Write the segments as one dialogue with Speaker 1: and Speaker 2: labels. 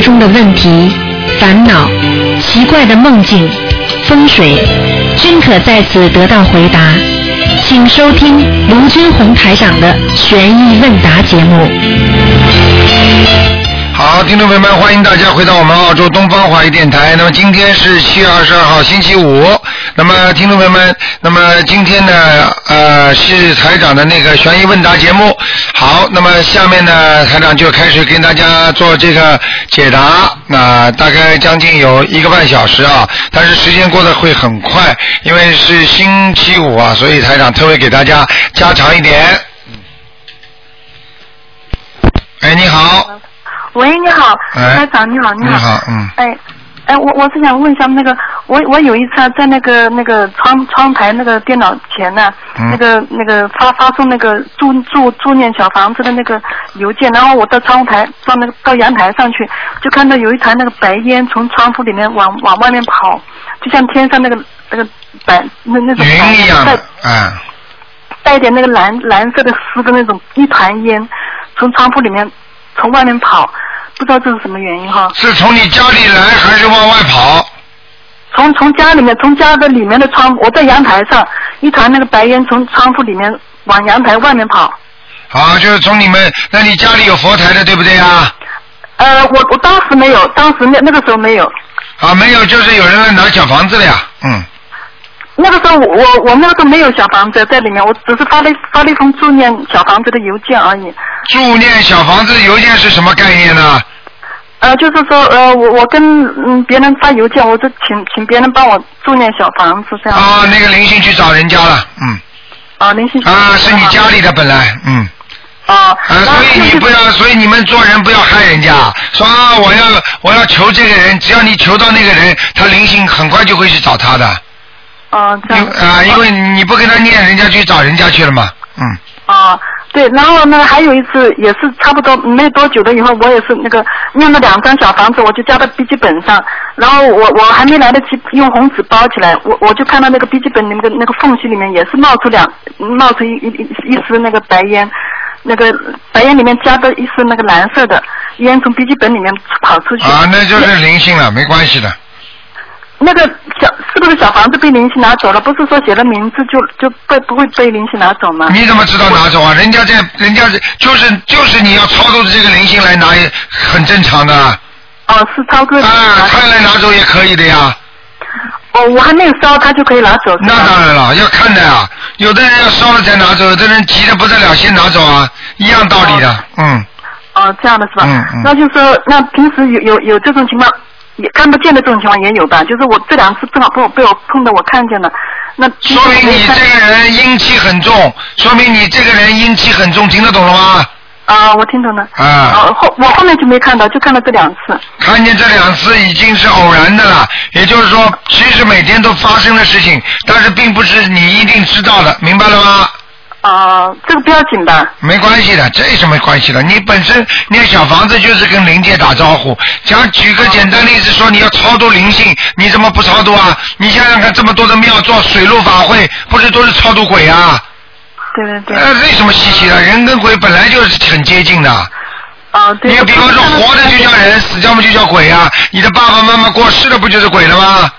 Speaker 1: 中的问题、烦恼、奇怪的梦境、风水，均可在此得到回答。请收听卢军红台长的《悬疑问答》节目。
Speaker 2: 好，听众朋友们，欢迎大家回到我们澳洲东方华语电台。那么今天是七月二十二号，星期五。那么听众朋友们，那么今天呢，呃，是台长的那个悬疑问答节目。好，那么下面呢，台长就开始跟大家做这个解答。那、大概将近有一个半小时啊，但是时间过得会很快，因为是星期五啊，所以台长特别给大家加长一点。哎，你好，
Speaker 3: 喂，你好，
Speaker 2: 哎
Speaker 3: 台长，你好，
Speaker 2: 你
Speaker 3: 好，
Speaker 2: 好，嗯。
Speaker 3: 哎，哎，我我是想问一下那个，我我有一次啊在那个那个窗窗台那个电脑前呢、
Speaker 2: 嗯
Speaker 3: 那个那个发发送那个住住住念小房子的那个邮件，然后我到窗台到那个到阳台上去，就看到有一团那个白烟从窗户里面往往外面跑，就像天上那个那个白那那种白
Speaker 2: 云一样
Speaker 3: 带
Speaker 2: 的，啊，
Speaker 3: 带点那个蓝蓝色的丝的那种一团烟，从窗户里面从外面跑，不知道这是什么原因哈。
Speaker 2: 是从你家里来还是往外跑？
Speaker 3: 从从家里面，从家的里面的窗，我在阳台上，一团那个白烟从窗户里面往阳台外面跑。
Speaker 2: 啊，就是从你们，那你家里有佛台的对不对啊？
Speaker 3: 呃，我我当时没有，当时那那个时候没有，
Speaker 2: 啊，没有，就是有人来拿小房子的呀，嗯，
Speaker 3: 那个时候我我我那个时候没有小房子在里面，我只是发了发了一封祝念小房子的邮件而已。
Speaker 2: 助念小房子邮件是什么概念呢？
Speaker 3: 呃，就是说呃，我我跟嗯别人发邮件，我就请请别人帮我祝念小房子这样。
Speaker 2: 啊，那个灵性去找人家了，嗯，
Speaker 3: 啊，您是
Speaker 2: 啊，是你家里的本来，嗯，
Speaker 3: 啊，
Speaker 2: 啊，
Speaker 3: 然后
Speaker 2: 所以
Speaker 3: 就
Speaker 2: 你
Speaker 3: 是
Speaker 2: 不要，所以你们做人不要害人家，说啊，我要我要求这个人，只要你求到那个人，他灵性很快就会去找他的，
Speaker 3: 啊这样
Speaker 2: 因啊，因为你不跟他念，人家去找人家去了嘛，嗯。
Speaker 3: 啊，对，然后呢，还有一次也是差不多没多久了以后，我也是那个念了两张小房子，我就加到笔记本上，然后我我还没来得及用红纸包起来，我我就看到那个笔记本里面的那个缝隙里面也是冒出两冒出一一一一丝那个白烟，那个白烟里面加的一丝那个蓝色的烟从笔记本里面跑出去。
Speaker 2: 啊，那就是灵性了，没关系的。
Speaker 3: 那个小是不是小房子被灵性拿走了？不是说写了名字就就被不会被灵性拿走吗？
Speaker 2: 你怎么知道拿走啊？人家这，人家这就是就是你要操作的这个灵性来拿，很正常的啊。
Speaker 3: 哦，是超哥。
Speaker 2: 啊，他来拿走也可以的呀。
Speaker 3: 哦，我还没有烧，他就可以拿走。是
Speaker 2: 那
Speaker 3: 吧
Speaker 2: 当然了，要看的啊。有的人要烧了才拿走，有的人急得不得了先拿走啊，一样道理的。嗯，
Speaker 3: 哦，这样的是吧？
Speaker 2: 嗯嗯
Speaker 3: 那就是说，那平时有有有这种情况，也看不见的这种情况也有吧？就是我这两次正好被我被我碰到，我看见了。那平
Speaker 2: 说明
Speaker 3: 时我没
Speaker 2: 你
Speaker 3: 看
Speaker 2: 这个人阴气很重，说明你这个人阴气很重，听得懂了吗？
Speaker 3: 啊，我听懂了。
Speaker 2: 啊，
Speaker 3: 哦，后我后面就没看到，就看到这两次。
Speaker 2: 看见这两次已经是偶然的了，也就是说，其实每天都发生的事情，但是并不是你一定知道的，明白了吗？
Speaker 3: 啊，这个不要紧吧？
Speaker 2: 没关系的，这有什么关系的？你本身念小房子就是跟灵界打招呼。讲举个简单例子说，你要超度灵性，你怎么不超度啊？你想想看，这么多的庙做水陆法会，不是都是超度鬼啊？
Speaker 3: 对对对。
Speaker 2: 呃，为什么稀奇的？人跟鬼本来就是很接近的。
Speaker 3: 啊，对。
Speaker 2: 你比方说，活着就叫人，死掉嘛就叫鬼啊。你的爸爸妈妈过世了，不就是鬼了吗？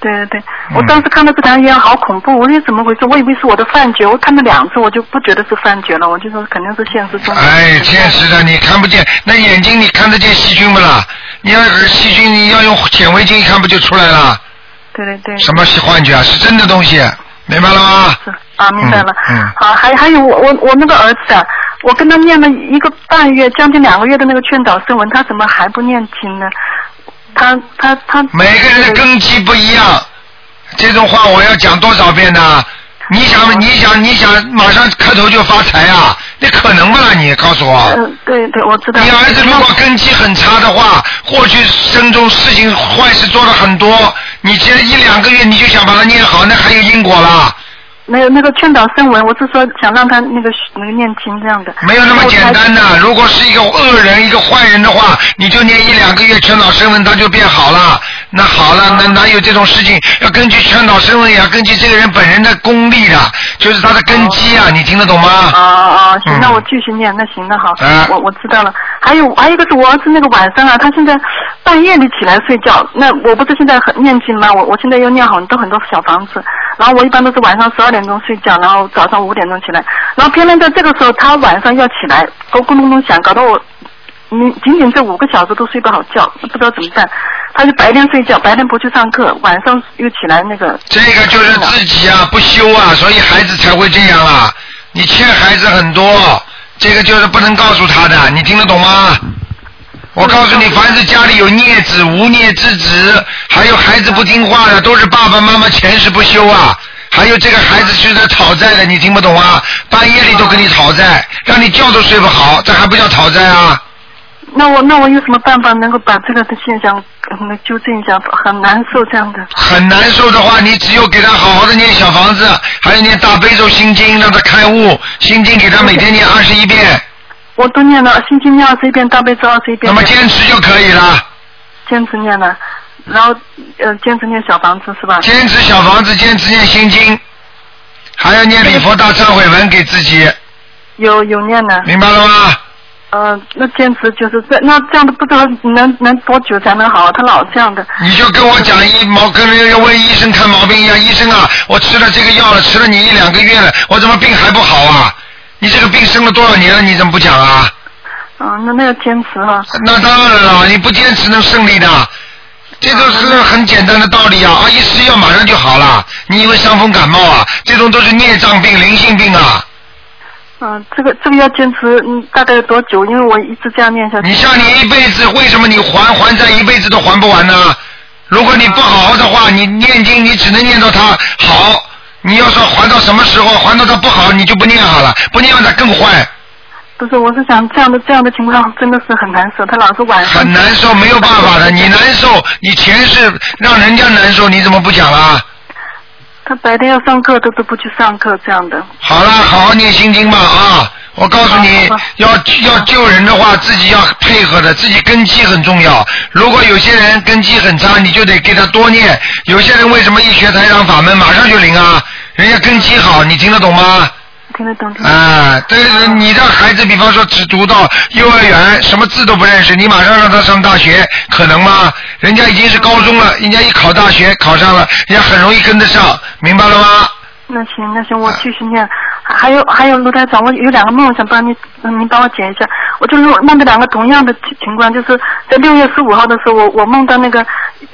Speaker 3: 对对对，
Speaker 2: 嗯
Speaker 3: 我当时看到这团烟好恐怖，我说怎么回事？我以为是我的幻觉，我看了两次，我就不觉得是幻觉了，我就说肯定是现实中。
Speaker 2: 哎，现实的你看不见，那眼睛你看得见细菌不啦？你要是细菌，你要用显微镜一看不就出来了？
Speaker 3: 对对对。
Speaker 2: 什么是幻觉啊？是真的东西，明白了吗？
Speaker 3: 嗯是啊，明白了。
Speaker 2: 嗯嗯
Speaker 3: 好，还还有我我我那个儿子啊，我跟他念了一个半月，将近两个月的那个劝导声文，他怎么还不念经呢？他他他
Speaker 2: 每个人的根基不一样，这种话我要讲多少遍呢？你
Speaker 3: 嗯
Speaker 2: 想，你想，你想，马上开头就发财啊？那可能不啦？你告诉
Speaker 3: 嗯、
Speaker 2: 我，
Speaker 3: 对对，我知道。
Speaker 2: 你儿子如果根基很差的话，过去生中事情坏事做了很多，你这一两个月你就想把它念好，那还有因果啦？
Speaker 3: 没有那个劝导声闻，我是说想让他那个那个念经这样的。
Speaker 2: 没有那么简单
Speaker 3: 的。
Speaker 2: 的。如果是一个恶人、一个坏人的话，你就念一两个月劝导声闻，他就变好了。那好了，那哪有这种事情？要根据劝导声闻，也要根据这个人本人的功力的，就是他的根基啊。你听得懂
Speaker 3: 啊
Speaker 2: 吗？
Speaker 3: 啊，行，那
Speaker 2: 嗯
Speaker 3: 我继续念，那行，那好，
Speaker 2: 啊
Speaker 3: 我我知道了。还有还有一个是我儿子那个晚上啊，他现在半夜里起来睡觉，那我不是现在很念经吗？我我现在又念很多很多小房子，然后我一般都是晚上十二点钟睡觉，然后早上五点钟起来，然后偏偏在这个时候他晚上要起来，咕咕隆隆响，搞得我你仅仅这五个小时都睡不好觉，不知道怎么办。他就白天睡觉，白天不去上课，晚上又起来那个。
Speaker 2: 这个就是自己啊不修啊，所以孩子才会这样啊。你欠孩子很多，这个就是不能告诉他的，你听得懂吗？我告诉你，凡是家里有孽子、无孽之子，还有孩子不听话的，都是爸爸妈妈前世不修啊。还有这个孩子是在讨债的，你听不懂啊？半夜里都跟你讨债，让你觉都睡不好，这还不叫讨债啊？
Speaker 3: 那我那我有什么办法能够把这个的现象嗯纠正一下？很难受这样的。
Speaker 2: 很难受的话，你只有给他好好的念小房子，还有念大悲咒心经，让他开悟。心经给他每天念二十一遍，
Speaker 3: 我都念了心经念二十一遍，大悲咒二十一
Speaker 2: 那，
Speaker 3: 遍
Speaker 2: 么坚持就可以了。
Speaker 3: 坚持念了，然后呃坚持念小房子是吧？
Speaker 2: 坚持小房子，坚持念心经，还要念礼佛大忏悔文给自己，
Speaker 3: 有有念呢，
Speaker 2: 明白了吗？
Speaker 3: 呃，那坚持就是这那这样的不知道能能多久才能好，他老这样的。
Speaker 2: 你就跟我讲一毛，跟人家问医生看毛病一样，医生啊，我吃了这个药了，吃了你一两个月了，我怎么病还不好啊？你这个病生了多少年了？你怎么不讲啊？
Speaker 3: 嗯、那那要坚持哈、
Speaker 2: 那当然了，你不坚持能胜利的，这都是很简单的道理啊！啊，一吃药马上就好了，你以为伤风感冒啊？这种都是孽障病、灵性病啊！
Speaker 3: 嗯、这个这个要坚持，嗯，大概有多久？因为我一直这样念下去。
Speaker 2: 你像你一辈子，为什么你还还债一辈子都还不完呢？如果你不好好的话，你念经你只能念到它好，你要说还到什么时候，还到它不好，你就不念好了，不念它更坏，
Speaker 3: 不是，我是想这样的这样的情况真的是很难受，他老是晚上
Speaker 2: 很难受，没有办法的。你难受，你前世让人家难受，你怎么不讲啊？
Speaker 3: 他白天要上课，他都不去上课，这样的。
Speaker 2: 好了，好好念心经吧啊！我告诉你
Speaker 3: 好好吧，
Speaker 2: 要要救人的话，自己要配合的，自己根基很重要。如果有些人根基很差，你就得给他多念。有些人为什么一学台长法门马上就灵啊？人家根基好，你听得懂吗？
Speaker 3: 听得懂？听得懂
Speaker 2: 啊，对对，你让孩子，比方说只读到幼儿园，什么字都不认识，你马上让他上大学，可能吗？人家已经是高中了，人家一考大学考上了，人家很容易跟得上，明白了吗？
Speaker 3: 那行，那行，我继续念。还有还有，卢台长，我有两个梦想帮你，嗯您帮我解一下。我就是梦到两个同样的情情况，就是在六月十五号的时候，我我梦到那个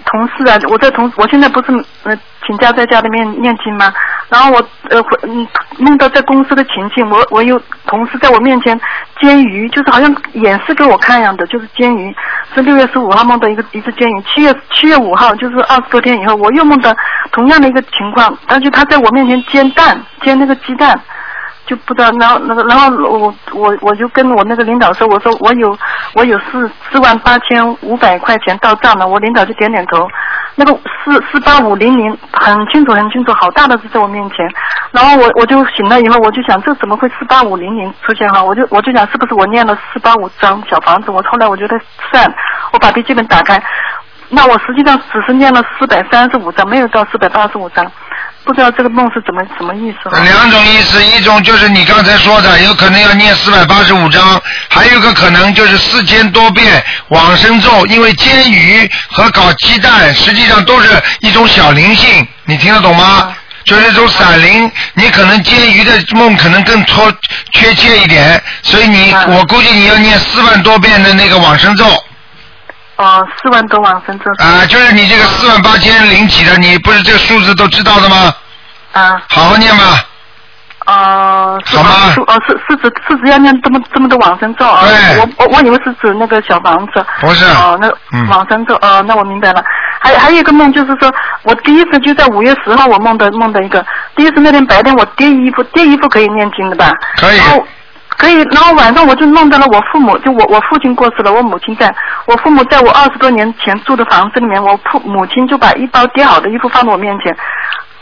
Speaker 3: 同事啊，我在同我现在不是呃请假在家里面念经吗？然后我呃回嗯梦到在公司的情境，我我有同事在我面前煎鱼，就是好像演示给我看一样的，就是煎鱼。是六月十五号梦到一个一次煎鱼，七月七月五号就是二十多天以后，我又梦到同样的一个情况，但是他在我面前煎蛋，煎那个鸡蛋。就不知道，然后那个，然后我我我就跟我那个领导说，我说我有我有四四万八千五百块钱到账了，我领导就点点头。那个四四八五零零很清楚很清楚，好大的字在我面前。然后我我就醒了以后，我就想这怎么会四八五零零出现哈、我就我就想是不是我念了四八五张小房子？我后来我觉得算，我把笔记本打开，那我实际上只是念了四百三十五张，没有到四百八十五张。不知道这个梦是怎么什么意思哈、
Speaker 2: 两种意思，一种就是你刚才说的，有可能要念四百八十五章，还有一个可能就是四千多遍往生咒，因为煎鱼和搞鸡蛋实际上都是一种小灵性，你听得懂吗
Speaker 3: 嗯？
Speaker 2: 就是一种散灵，你可能煎鱼的梦可能更脱确切一点，所以你
Speaker 3: 嗯
Speaker 2: 我估计你要念四万多遍的那个往生咒
Speaker 3: 哦，四万多往生咒
Speaker 2: 啊、就是你这个四万八千零几的，你不是这个数字都知道的吗？
Speaker 3: 啊，
Speaker 2: 好好念吧。
Speaker 3: 呃，是
Speaker 2: 好吗
Speaker 3: 是哦，是是指是指要念这么这么多往生咒啊？
Speaker 2: 对
Speaker 3: 我我我以为是指那个小房子。
Speaker 2: 不是
Speaker 3: 哦，那
Speaker 2: 嗯
Speaker 3: 往生咒，哦，那我明白了。还还有一个梦，就是说我第一次就在五月十号，我梦到梦到一个，第一次那天白天我叠衣服，叠衣服可以念经的吧？
Speaker 2: 可以
Speaker 3: 然后可以，然后晚上我就梦到了我父母，就我我父亲过世了，我母亲在，我父母在我二十多年前住的房子里面，我父母亲就把一包叠好的衣服放到我面前，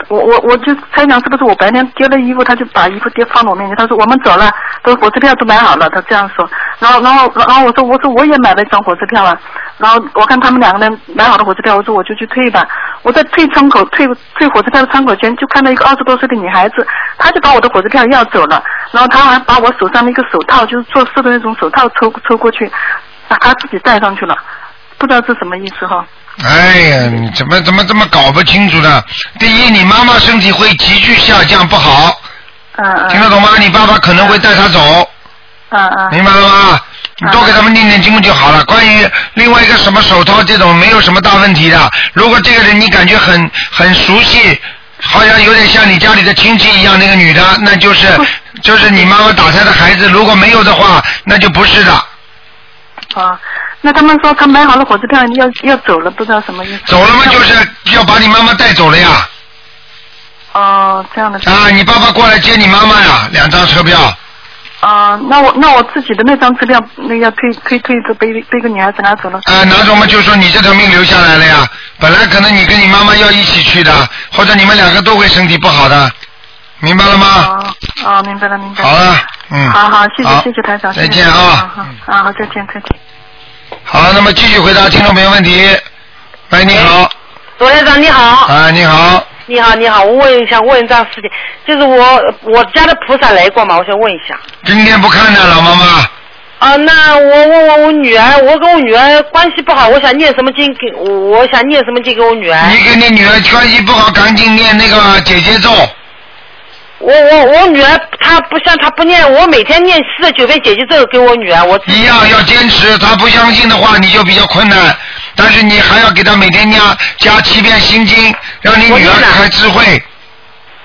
Speaker 3: 我我我就猜想是不是我白天丢了衣服，他就把衣服丢放我面前，他说我们走了，都火车票都买好了，他这样说。然后然后然后我说我说我也买了一张火车票啊，然后我看他们两个人买好的火车票，我说我就去退吧。我在退窗口退退火车票的窗口前，就看到一个二十多岁的女孩子，她就把我的火车票要走了，然后她还把我手上的一个手套，就是做事的那种手套抽抽过去，把她自己戴上去了，不知道是什么意思哈。
Speaker 2: 哎呀，你怎么怎么这么搞不清楚呢？第一，你妈妈身体会急剧下降，不好，
Speaker 3: 嗯嗯。
Speaker 2: 听得懂吗？你爸爸可能会带她走，
Speaker 3: 嗯嗯。
Speaker 2: 明白了吗？你多给他们念念经就好了。关于另外一个什么手套这种，没有什么大问题的。如果这个人你感觉很很熟悉，好像有点像你家里的亲戚一样，那个女的，那就是
Speaker 3: 嗯
Speaker 2: 就是你妈妈打胎的孩子。如果没有的话，那就不是的。
Speaker 3: 啊，那他们说他买好了火车票要要走了，不知道什么意思。
Speaker 2: 走了嘛，就是要把你妈妈带走了呀。
Speaker 3: 哦，这样的。
Speaker 2: 啊，你爸爸过来接你妈妈呀，两张车票。
Speaker 3: 啊，那我那我自己的那张车票，那要退退退着被被一个女孩子拿走了。
Speaker 2: 啊，拿走嘛，就说你这条命留下来了呀。本来可能你跟你妈妈要一起去的，或者你们两个都会身体不好的，明白了吗？
Speaker 3: 哦哦，明白了明白了。
Speaker 2: 好了，嗯。
Speaker 3: 好好，谢谢
Speaker 2: 好
Speaker 3: 谢谢台长。
Speaker 2: 再
Speaker 3: 谢谢
Speaker 2: 见
Speaker 3: 台长
Speaker 2: 啊。
Speaker 3: 好好，好再见再见。
Speaker 2: 好，那么继续回答听众朋友问题。喂，你好，
Speaker 4: 罗院长你好，
Speaker 3: 哎
Speaker 2: 啊，你好，
Speaker 4: 你好你好，我问想问一桩事情，就是我我家的菩萨来过嘛，我想问一下。
Speaker 2: 今天不看的老妈妈，
Speaker 4: 啊，那我问问我女儿，我跟我女儿关系不好，我想念什么经给，我想念什么经给我女
Speaker 3: 哎
Speaker 4: 儿。
Speaker 2: 你跟你女儿关系不好，赶紧念那个姐姐咒。
Speaker 4: 我我我女儿她不像她不念，我每天念四十九遍姐姐咒给我女儿，我
Speaker 2: 一样要坚持，他不相信的话，你就比较困难。但是你还要给他每天加加七遍心经，让你
Speaker 4: 我
Speaker 2: 女
Speaker 4: 念
Speaker 2: 儿
Speaker 4: 了
Speaker 2: 开智慧。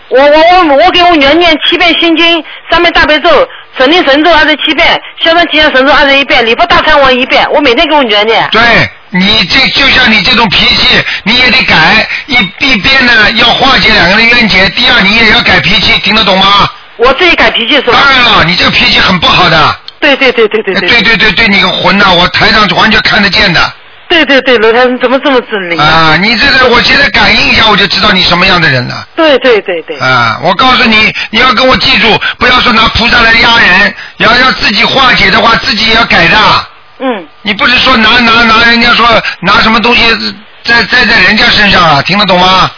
Speaker 4: 我我我我给我女儿念七遍心经，三遍大悲咒，准提神咒二十七遍，消灾吉祥神咒二十一遍，礼佛大忏文一遍，我每天给我女儿念。
Speaker 2: 对你这就像你这种脾气，你也得改。一一边呢要化解两个人的冤结，第二你也要改脾气，听得懂吗？
Speaker 4: 我自己改脾气是
Speaker 2: 当
Speaker 4: 吧？
Speaker 2: 然了，你这个脾气很不好的。
Speaker 4: 对对对对对
Speaker 2: 哎
Speaker 4: 对。
Speaker 2: 对对对对，你个混呐、我台上完全看得见的。
Speaker 4: 对对对，罗先生怎么这么准灵？
Speaker 2: 啊，你这个我现在感应一下，我就知道你什么样的人了。
Speaker 4: 对对对对，
Speaker 2: 啊，我告诉你，你要跟我记住，不要说拿菩萨来压人，要要自己化解的话，自己也要改的。
Speaker 4: 嗯，
Speaker 2: 你不是说拿拿拿人家说拿什么东西在在在人家身上啊，听得懂吗？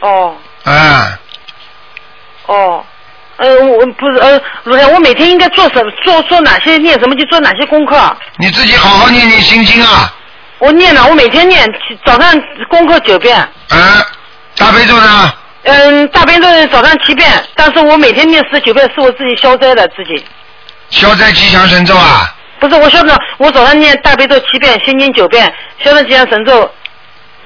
Speaker 4: 哦
Speaker 2: 啊，
Speaker 4: 哦，呃，我不是呃，罗先生，我每天应该做什么？做做哪些念什么？就做哪些功课？
Speaker 2: 你自己好好念念心经啊，
Speaker 4: 我念了，我每天念，早上功课九遍，
Speaker 2: 啊，大悲咒呢？
Speaker 4: 嗯，大悲咒早上七遍，但是我每天念十九遍是我自己消灾的，自己
Speaker 2: 消灾吉祥神咒啊，
Speaker 4: 不是我消的，我早上念大悲咒七遍，心经九遍，消灾吉祥神咒。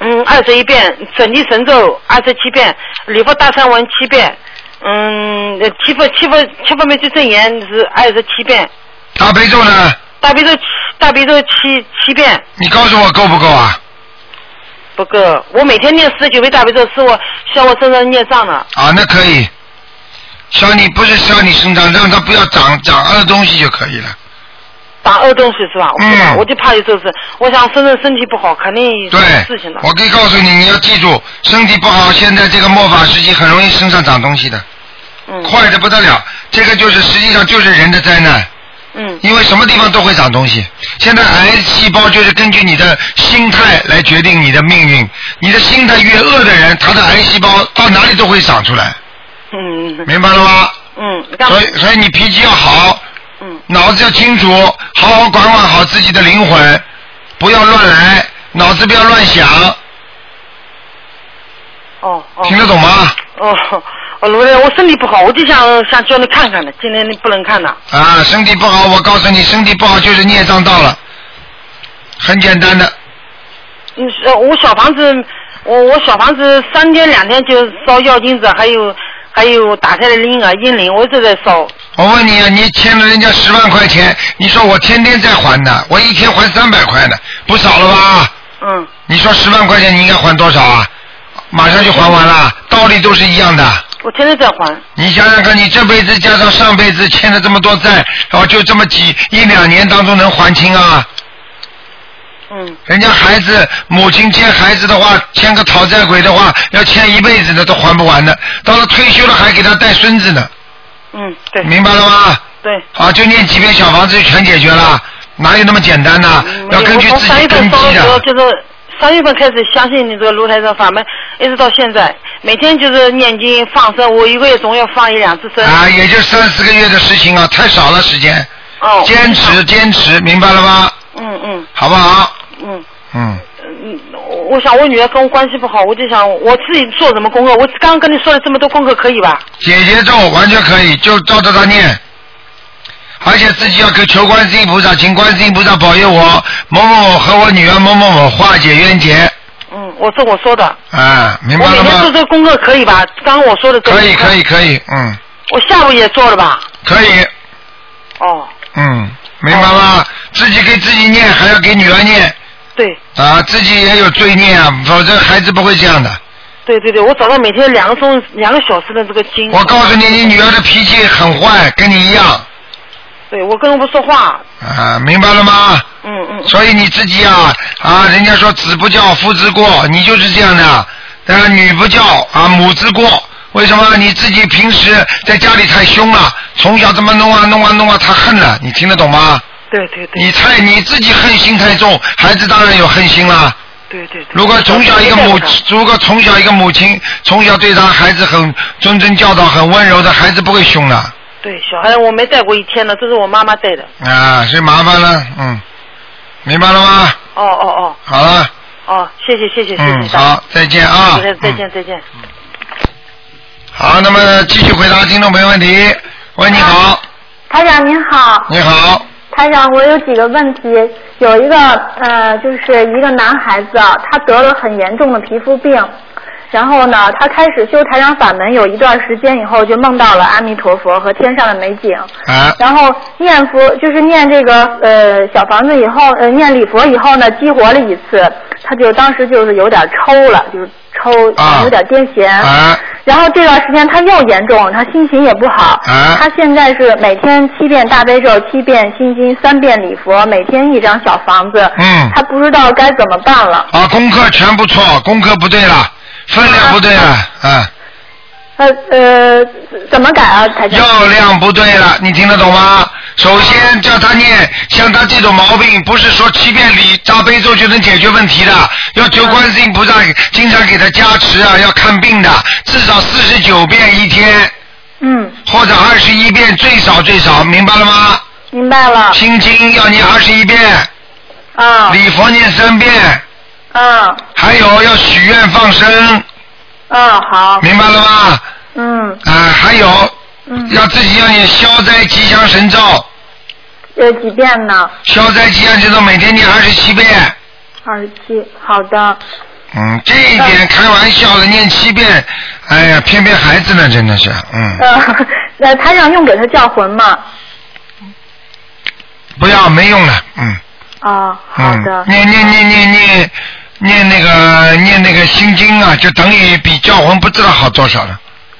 Speaker 4: 嗯，二十一遍准提神咒，二十七遍礼佛大忏文七遍，嗯，呃七佛七佛七佛灭罪真言是二十七遍，
Speaker 2: 大悲咒呢？
Speaker 4: 大悲咒七大悲咒七七遍
Speaker 2: 你告诉我够不够啊？
Speaker 4: 不够，我每天念十九遍大悲咒是我消我身上的孽障了。
Speaker 2: 啊，那可以。消你不是消你身上，让它不要长长恶东西就可以了。
Speaker 4: 打二东西是吧？我不打
Speaker 2: 嗯
Speaker 4: 我就怕有这事。我想身上身体不好，肯定有
Speaker 2: 对
Speaker 4: 事情的，。
Speaker 2: 我可以告诉你，你要记住，身体不好，现在这个末法时期很容易身上长东西的，
Speaker 4: 嗯
Speaker 2: 快的不得了。这个就是实际上就是人的灾难，
Speaker 4: 嗯
Speaker 2: 因为什么地方都会长东西。现在癌细胞就是根据你的心态来决定你的命运，你的心态越恶的人，他的癌细胞到哪里都会长出来，
Speaker 4: 嗯嗯
Speaker 2: 明白了吗？
Speaker 4: 嗯，你干嘛
Speaker 2: 所？以，所以你脾气要好，
Speaker 4: 嗯
Speaker 2: 脑子要清楚，好好管管好自己的灵魂，不要乱来，脑子不要乱想，
Speaker 4: 哦哦
Speaker 2: 听得懂吗？
Speaker 4: 哦，我罗我身体不好，我就想想叫你看看的，今天你不能看了。
Speaker 2: 啊，身体不好，我告诉你，身体不好就是孽障到了，很简单的。
Speaker 4: 嗯，呃我小房子，我我小房子三天两天就烧药精子，还有还有打开的婴儿阴灵，我一直在烧。
Speaker 2: 我问你啊，你欠了人家十万块钱，你说我天天在还的，我一天还三百块呢，不少了吧？
Speaker 4: 嗯，
Speaker 2: 你说十万块钱你应该还多少啊？马上就还完了，道理都是一样的。
Speaker 4: 我天天在还。
Speaker 2: 你想想看，你这辈子加上上辈子欠了哦这么多债，然后就这么几一两年当中能还清啊？
Speaker 4: 嗯，
Speaker 2: 人家孩子母亲欠孩子的话，欠个讨债鬼的话，要欠一辈子的都还不完的。到了退休了还给他带孙子呢，
Speaker 4: 嗯，对，
Speaker 2: 明白了吗？
Speaker 4: 对。
Speaker 2: 啊，就念几遍小房子就全解决了，哪有那么简单呢、
Speaker 4: 嗯
Speaker 2: 要根据
Speaker 4: 我从
Speaker 2: 自
Speaker 4: 三
Speaker 2: 己
Speaker 4: 月
Speaker 2: 根
Speaker 4: 份烧
Speaker 2: 基啊
Speaker 4: 的时候，
Speaker 2: 的。
Speaker 4: 就是三月份开始相信你这个卢台长法门，一直到现在，每天就是念经放生，我一个月总要放一两次生。
Speaker 2: 啊，也就三四个月的事情啊，太少了时间，
Speaker 4: 哦，
Speaker 2: 坚持坚持，明白了吗？
Speaker 4: 嗯嗯
Speaker 2: 好不好？
Speaker 4: 嗯
Speaker 2: 嗯，
Speaker 4: 嗯，我想我女儿跟我关系不好，我就想我自己做什么功课？我刚刚跟你说了这么多功课，可以吧？
Speaker 2: 姐姐咒完全可以，就照着他念，而且自己要求求观世音菩萨，请观世音菩萨保佑我某某某和我女儿某某某化解冤结
Speaker 4: 嗯，我这我说的，
Speaker 2: 啊，明
Speaker 4: 我
Speaker 2: 白
Speaker 4: 每
Speaker 2: 了
Speaker 4: 天做
Speaker 2: 吗？
Speaker 4: 这个功课可以吧？刚刚我说的这个
Speaker 2: 可以
Speaker 4: 功课
Speaker 2: 可以，可以，嗯，
Speaker 4: 我下午也做了吧？
Speaker 2: 可以，
Speaker 4: 哦，
Speaker 2: 嗯，明白
Speaker 4: 哎
Speaker 2: 吗？自己给自己念，还要给女儿念
Speaker 4: 对
Speaker 2: 啊，自己也有罪孽啊，否则孩子不会这样的。
Speaker 4: 对对对，我早上每天两个钟两个小时的这个经。
Speaker 2: 我告诉你，你女儿的脾气很坏，跟你一样
Speaker 4: 对，我跟人不说话，
Speaker 2: 啊，明白了吗？
Speaker 4: 嗯嗯，
Speaker 2: 所以你自己啊啊，人家说子不教，父之过，你就是这样的。呃，女不教啊，母之过。为什么你自己平时在家里太凶了？从小这么弄啊弄啊弄啊，他恨了，你听得懂吗？
Speaker 4: 对对对
Speaker 2: 你太你自己恨心太重，孩子当然有恨心了。
Speaker 4: 对对对。
Speaker 2: 如果从小一个母，如果从小一个母亲从小对他孩子很谆谆教导、很温柔的，孩子不会凶的
Speaker 4: 对小孩我没带过一天呢，这是我妈妈带的。
Speaker 2: 啊，是麻烦了，嗯，明白了吗？
Speaker 4: 哦哦哦
Speaker 2: 好了。
Speaker 4: 哦，谢谢谢谢谢
Speaker 2: 嗯，
Speaker 4: 谢大家，
Speaker 2: 好，再见啊！
Speaker 4: 再见再见
Speaker 2: 嗯。
Speaker 4: 再见。
Speaker 2: 好，那么继续回答听众朋友问题。喂，你好，
Speaker 5: 台长您好，
Speaker 2: 你好，
Speaker 5: 台长，我有几个问题，有一个呃，就是一个男孩子啊，他得了很严重的皮肤病，然后呢，他开始修台长法门有一段时间以后，就梦到了阿弥陀佛和天上的美景，
Speaker 2: 啊，
Speaker 5: 然后念佛就是念这个呃小房子以后，呃念礼佛以后呢，激活了一次，他就当时就是有点抽了，就是抽
Speaker 2: 啊
Speaker 5: 有点癫痫，
Speaker 2: 啊，
Speaker 5: 然后这段时间他又严重，他心情也不好。
Speaker 2: 啊
Speaker 5: 他现在是每天七遍大悲咒，七遍心经，三遍礼佛，每天一张小房子。
Speaker 2: 嗯
Speaker 5: 他不知道该怎么办了。
Speaker 2: 啊，功课全不错，功课不对了，分量不对了，啊，
Speaker 5: 呃呃，怎么改啊，台长？
Speaker 2: 药量不对了，你听得懂吗？首先叫他念，像他这种毛病，不是说七遍礼大悲咒就能解决问题的，要求观世音菩萨经常给他加持啊，要看病的，至少四十九遍一天，
Speaker 5: 嗯，
Speaker 2: 或者二十一遍最少最少，明白了吗？
Speaker 5: 明白了。
Speaker 2: 心经要念二十一遍，
Speaker 5: 啊
Speaker 2: 礼佛念三遍，
Speaker 5: 啊
Speaker 2: 还有要许愿放生，
Speaker 5: 啊，好。
Speaker 2: 明白了吗？
Speaker 5: 嗯
Speaker 2: 啊、还有
Speaker 5: 嗯，
Speaker 2: 要自己要念消灾吉祥神咒，
Speaker 5: 有几遍呢？
Speaker 2: 消灾吉祥神咒每天念二十七遍。
Speaker 5: 二十七。好的。
Speaker 2: 嗯，这一点开玩笑了，念七遍，哎呀，骗骗孩子呢，真的是，嗯，
Speaker 5: 呃， 呃，台长用给他叫魂吗？
Speaker 2: 不要没用了，嗯
Speaker 5: 啊，好
Speaker 2: 嗯
Speaker 5: 的，。
Speaker 2: 念念念念念念那个念那个心经啊，就等于比叫魂不知道好多少了。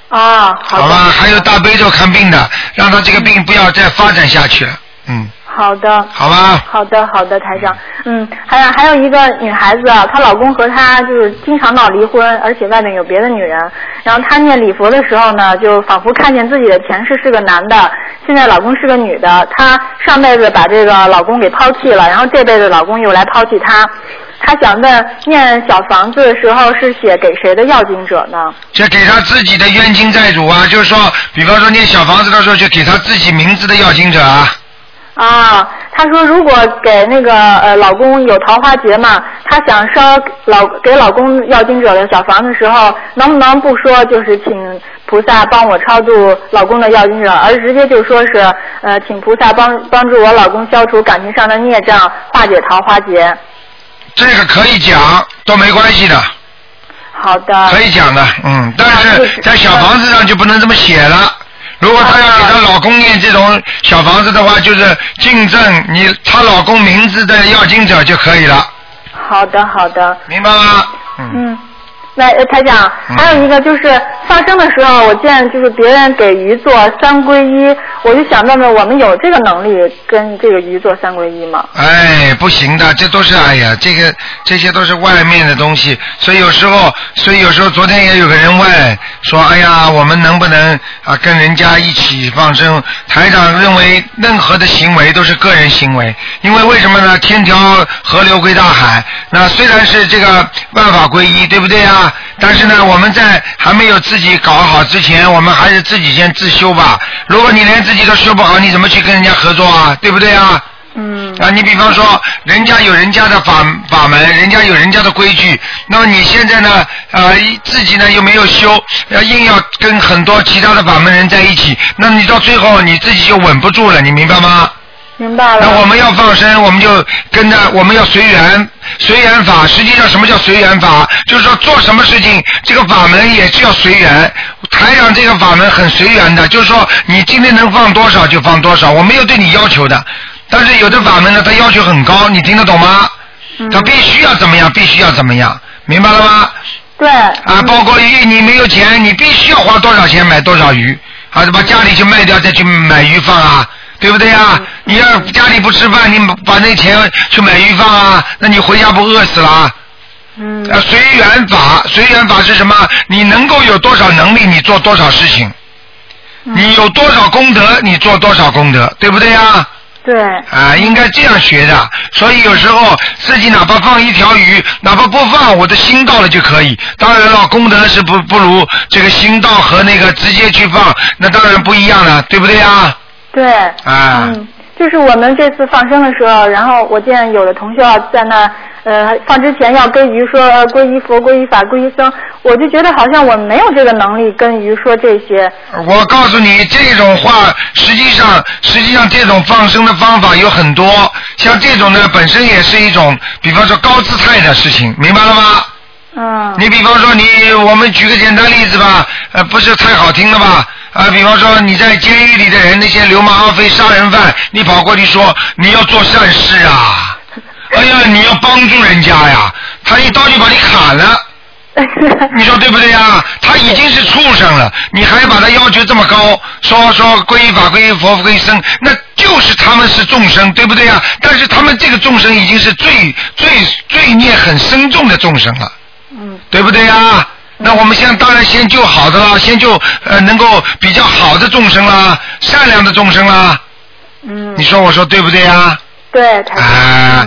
Speaker 5: 啊，好
Speaker 2: 好
Speaker 5: 的。
Speaker 2: 吧，还有大悲咒看病的，让他这个病不要再发展下去了。嗯，
Speaker 5: 好的。
Speaker 2: 好吧，
Speaker 5: 好的，好的，台长。嗯，还有还有一个女孩子啊，她老公和她就是经常闹离婚，而且外面有别的女人。然后她念礼佛的时候呢，就仿佛看见自己的前世是个男的，现在老公是个女的。她上辈子把这个老公给抛弃了，然后这辈子老公又来抛弃她。她想问，念小房子的时候是写给谁的要经者呢？
Speaker 2: 就给他自己的冤亲债主啊，就是说，比方说念小房子的时候，就给他自己名字的要经者啊。
Speaker 5: 啊，她说如果给那个呃老公有桃花劫嘛，她想烧老给老公要经者的小房子的时候，能不能不说就是请菩萨帮我超度老公的要经者，而直接就说是呃请菩萨帮帮助我老公消除感情上的孽障，化解桃花劫。
Speaker 2: 这个可以讲，都没关系的，
Speaker 5: 好的。
Speaker 2: 可以讲的，嗯，但是在小房子上就不能这么写了。如果她要给她老公念这种小房子的话，就是敬赠你她老公名字的要经者就可以了，
Speaker 5: 好的，好的。
Speaker 2: 明白吗？嗯，
Speaker 5: 嗯，
Speaker 6: 那呃台长，
Speaker 2: 嗯
Speaker 6: 还有一个就是放生的时候，我见就是别人给鱼做三归一，我就想问问我们有这个能力跟这个鱼做三归一吗？
Speaker 2: 哎，不行的，这都是哎呀，这个这些都是外面的东西，所以有时候，所以有时候昨天也有个人问说，哎呀，我们能不能啊跟人家一起放生？台长认为任何的行为都是个人行为，因为为什么呢？天条河流归大海，那虽然是这个万法归一，对不对啊？但是呢，我们在还没有自己搞好之前，我们还是自己先自修吧。如果你连自己都修不好，你怎么去跟人家合作啊？对不对啊？
Speaker 6: 嗯
Speaker 2: 啊，你比方说，人家有人家的法法门，人家有人家的规矩，那么你现在呢，呃，一自己呢又没有修，呃，硬要跟很多其他的法门人在一起，那你到最后你自己就稳不住了，你明白吗？
Speaker 6: 明白了。
Speaker 2: 那我们要放生，我们就跟着，我们要随缘，随缘法。实际上，什么叫随缘法？就是说做什么事情，这个法门也是要随缘。台长这个法门很随缘的，就是说你今天能放多少就放多少，我没有对你要求的。但是有的法门呢，它要求很高，你听得懂吗？
Speaker 5: 嗯
Speaker 2: 它必须要怎么样，必须要怎么样，明白了吗？
Speaker 6: 对
Speaker 2: 啊，包括鱼，你没有钱，你必须要花多少钱买多少鱼，啊，把家里去卖掉再去买鱼放啊，对不对啊？你要家里不吃饭，你把那钱去买鱼放啊，那你回家不饿死了啊？
Speaker 6: 嗯
Speaker 2: 啊，随缘法，随缘法是什么？你能够有多少能力，你做多少事情；你有多少功德，你做多少功德，对不对啊？
Speaker 6: 对
Speaker 2: 啊，应该这样学的。所以有时候自己哪怕放一条鱼，哪怕不放，我的心到了就可以。当然了，功德是不不如这个心到和那个直接去放，那当然不一样了，对不对啊？
Speaker 6: 对
Speaker 2: 啊
Speaker 6: 嗯，就是我们这次放生的时候，然后我见有的同学啊在那呃放之前要跟鱼说呃皈依佛、皈依法、皈依僧，我就觉得好像我没有这个能力跟鱼说这些。
Speaker 2: 我告诉你，这种话实际上实际上这种放生的方法有很多，像这种呢本身也是一种，比方说高姿态的事情，明白了吗？
Speaker 6: 嗯，
Speaker 2: 你比方说你，我们举个简单例子吧，呃，不是太好听了吧？啊、比方说你在监狱里的人，那些流氓、阿飞、杀人犯，你跑过去说你要做善事啊，哎呀，你要帮助人家呀，他一刀就把你砍了，你说对不对呀？他已经是畜生了，你还把他要求这么高，说说皈依法、皈依佛、皈依僧，那就是他们是众生，对不对呀？但是他们这个众生已经是罪罪罪孽很深重的众生了。
Speaker 6: 嗯
Speaker 2: 对不对呀？那我们现在当然先救好的啦，先救呃能够比较好的众生啦，善良的众生啦。
Speaker 6: 嗯
Speaker 2: 你，说我说对不对呀？
Speaker 6: 对，台
Speaker 2: 啊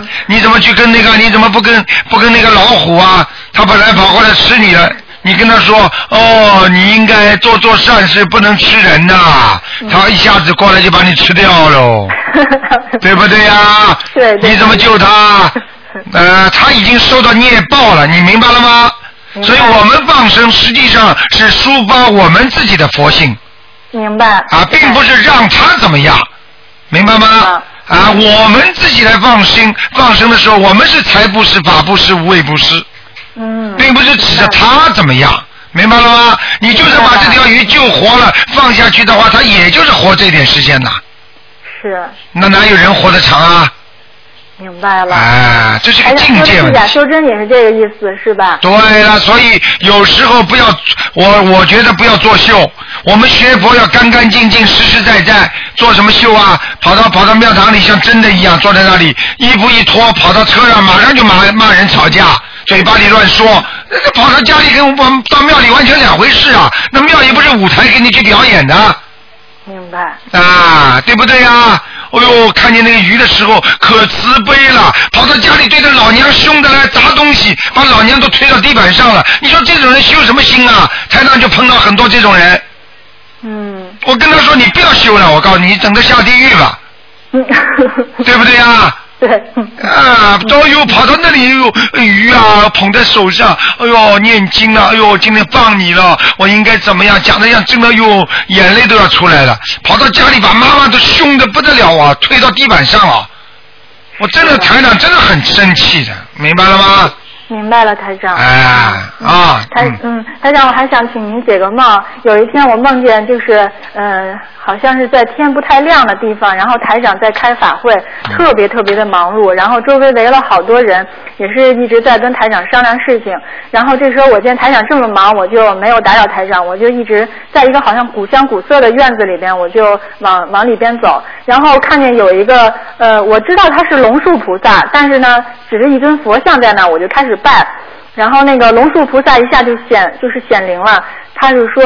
Speaker 6: 长，，
Speaker 2: 你怎么去跟那个？你怎么不跟不跟那个老虎啊？他本来跑过来吃你了，你跟他说哦，你应该做做善事，不能吃人呐、
Speaker 6: 嗯
Speaker 2: 他一下子过来就把你吃掉喽。 对不对呀、
Speaker 6: 对对
Speaker 2: 你怎么救 他？呃，他已经受到孽报了，你明白了吗？
Speaker 6: 明白
Speaker 2: 所以我们放生实际上是抒发我们自己的佛性
Speaker 6: 明白
Speaker 2: 啊，并不是让他怎么样，明白吗
Speaker 6: 啊？
Speaker 2: 啊，我们自己来放生，放生的时候，我们是财布施、法布施、无畏布施，
Speaker 6: 嗯，
Speaker 2: 并不是指着他怎么样，明白了吗？你就是把这条鱼救活了，放下去的话，它也就是活这点时间呐，
Speaker 6: 是
Speaker 2: 那哪有人活得长啊？
Speaker 6: 明白了。哎
Speaker 2: 啊，这是个
Speaker 6: 台长
Speaker 2: 境
Speaker 6: 说
Speaker 2: 界
Speaker 6: 的
Speaker 2: 问
Speaker 6: 是
Speaker 2: 题
Speaker 6: 假。修真也是这个意思，是吧？
Speaker 2: 对了，所以有时候不要，我我觉得不要作秀。我们学佛要干干净净、实实在在，做什么秀啊？跑到跑到庙堂里像真的一样坐在那里，衣服一脱，跑到车上马上就骂骂人、吵架，嘴巴里乱说。那那跑到家里跟我们到庙里完全两回事啊！那庙也不是舞台给你去表演的。
Speaker 6: 明白。
Speaker 2: 啊，对不对呀、哎呦，看见那个鱼的时候可慈悲了，跑到家里对着老娘凶的来砸东西，把老娘都推到地板上了。你说这种人修什么心啊？台上就碰到很多这种人，
Speaker 6: 嗯
Speaker 2: 我跟他说你不要修了，我告诉你，你整个下地狱吧，
Speaker 6: 嗯，
Speaker 2: 对不对呀、啊？
Speaker 6: 对，嗯
Speaker 2: 哎呦，跑到那里，哎呦，哎鱼啊，捧在手上，哎呦，念经了，哎呦，今天放你了，我应该怎么样？讲的像真的，哎呦，眼泪都要出来了。跑到家里，把妈妈都凶的不得了啊，推到地板上啊！我真的台长真的很生气的，明白了吗？
Speaker 5: 明白了，台长。
Speaker 2: 哎
Speaker 5: 嗯
Speaker 2: 啊
Speaker 5: 台
Speaker 2: 嗯
Speaker 5: 嗯，台长，我还想请您解个梦。有一天我梦见就是，呃，好像是在天不太亮的地方，然后台长在开法会，
Speaker 2: 嗯
Speaker 5: 特别特别的忙碌，然后周围围了好多人，也是一直在跟台长商量事情。然后这时候我见台长这么忙，我就没有打扰台长，我就一直在一个好像古香古色的院子里边，我就往往里边走，然后看见有一个呃，我知道他是龙树菩萨，但是呢，只是一尊佛像在那儿，我就开始拜。然后那个龙树菩萨一下就显就是显灵了，他就说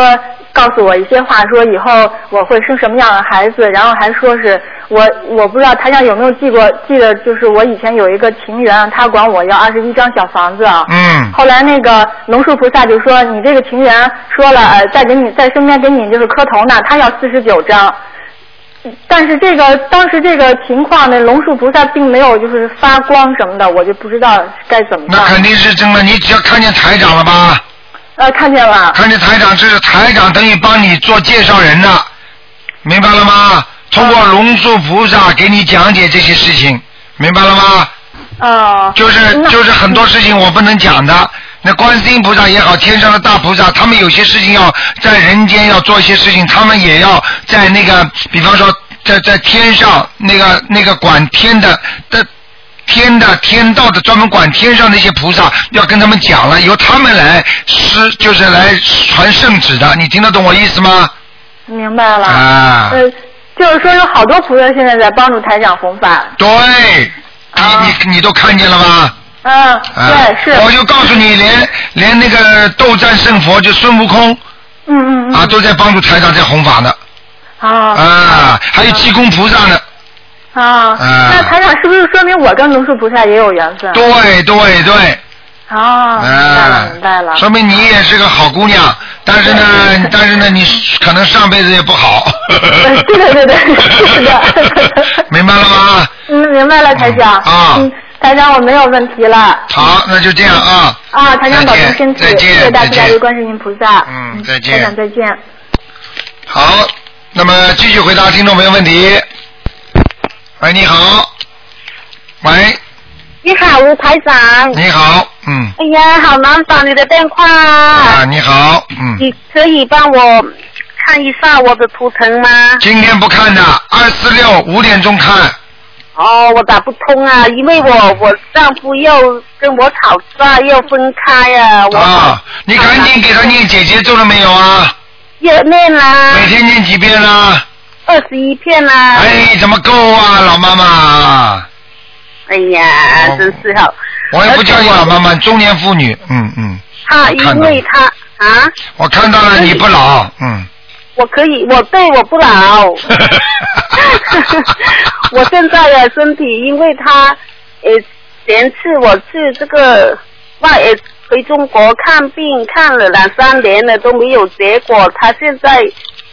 Speaker 5: 告诉我一些话，说以后我会生什么样的孩子，然后还说是我我不知道台上有没有记过，记得就是我以前有一个情缘，他管我要二十一张小房子啊。
Speaker 2: 嗯
Speaker 5: 后来那个龙树菩萨就说，你这个情缘说了，呃，再给你在身边给你就是磕头呢，他要四十九张。但是这个当时这个情况呢，龙树菩萨并没有就是发光什么的，我就不知道该怎么办。
Speaker 2: 那肯定是真的。你只要看见台长了吧？
Speaker 5: 呃，看见了。
Speaker 2: 看见台长，这是台长等于帮你做介绍人了，明白了吗？通过龙树菩萨给你讲解这些事情，明白了吗？
Speaker 5: 哦。
Speaker 2: 就是
Speaker 5: 那嗯
Speaker 2: 就是很多事情我不能讲的。那观世音菩萨也好，天上的大菩萨，他们有些事情要在人间要做一些事情，他们也要在那个，比方说在在天上那个那个管天的的天的天道的专门管天上那些菩萨，要跟他们讲了，由他们来施就是来传圣旨的，你听得懂我意思吗？
Speaker 5: 明白了。
Speaker 2: 啊，
Speaker 5: 呃，就是说有好多菩萨现在在帮助台长弘法。
Speaker 2: 对，
Speaker 5: 啊
Speaker 2: 你你你都看见了吧？
Speaker 5: 嗯，
Speaker 2: 啊
Speaker 5: 对，是。
Speaker 2: 我就告诉你，连连那个斗战胜佛，就孙悟空
Speaker 5: 嗯嗯嗯。
Speaker 2: 啊，都在帮助台长在弘法呢。
Speaker 5: 啊
Speaker 2: 啊，还有济公菩萨呢。
Speaker 5: 啊！那台长是不是说明我跟龙树菩萨也有缘分？
Speaker 2: 对对对，
Speaker 5: 啊，嗯明白
Speaker 2: 啊
Speaker 5: 了，明白了。
Speaker 2: 说明你也是个好姑娘，但是呢，但是呢，你可能上辈子也不好。
Speaker 5: 嗯对 对对对是的
Speaker 2: 明白了吗？
Speaker 5: 嗯，明白了，台长。
Speaker 2: 啊
Speaker 5: 嗯，台长，我没有问题了。
Speaker 2: 好，那就这样啊。
Speaker 5: 啊，台长保重身体，
Speaker 2: 再见
Speaker 5: 谢谢大
Speaker 2: 再
Speaker 5: 慈
Speaker 2: 见
Speaker 5: 大悲观世音菩萨。
Speaker 2: 嗯再见
Speaker 5: 台长再见。
Speaker 2: 好，那么继续回答听众朋友问题。喂，你好。喂，
Speaker 7: 你好，吴台长。
Speaker 2: 你好，嗯，
Speaker 7: 哎呀，好难打你的电话。
Speaker 2: 啊，你好，嗯。
Speaker 7: 你可以帮我看一下我的图腾吗？
Speaker 2: 今天不看的，二四六五点钟看。
Speaker 7: 哦，我打不通啊，因为我我丈夫又跟我吵架，又分开啊。我
Speaker 2: 啊，你赶紧给他念姐姐咒了没有啊？
Speaker 7: 也念啦，
Speaker 2: 每天念几遍啦？
Speaker 7: 二十一片啦。
Speaker 2: 哎，怎么够啊，老妈妈？
Speaker 7: 哎呀，真是好。呃
Speaker 2: 哎我也不叫你老妈妈，中年妇女，嗯嗯，
Speaker 7: 他
Speaker 2: 我看到
Speaker 7: 因为他啊，
Speaker 2: 我看到了你不老，嗯。
Speaker 7: 我可以，我对我不老。 我现在的身体，因为他呃前次我去这个外呃回中国看病看了两三年了都没有结果，他现在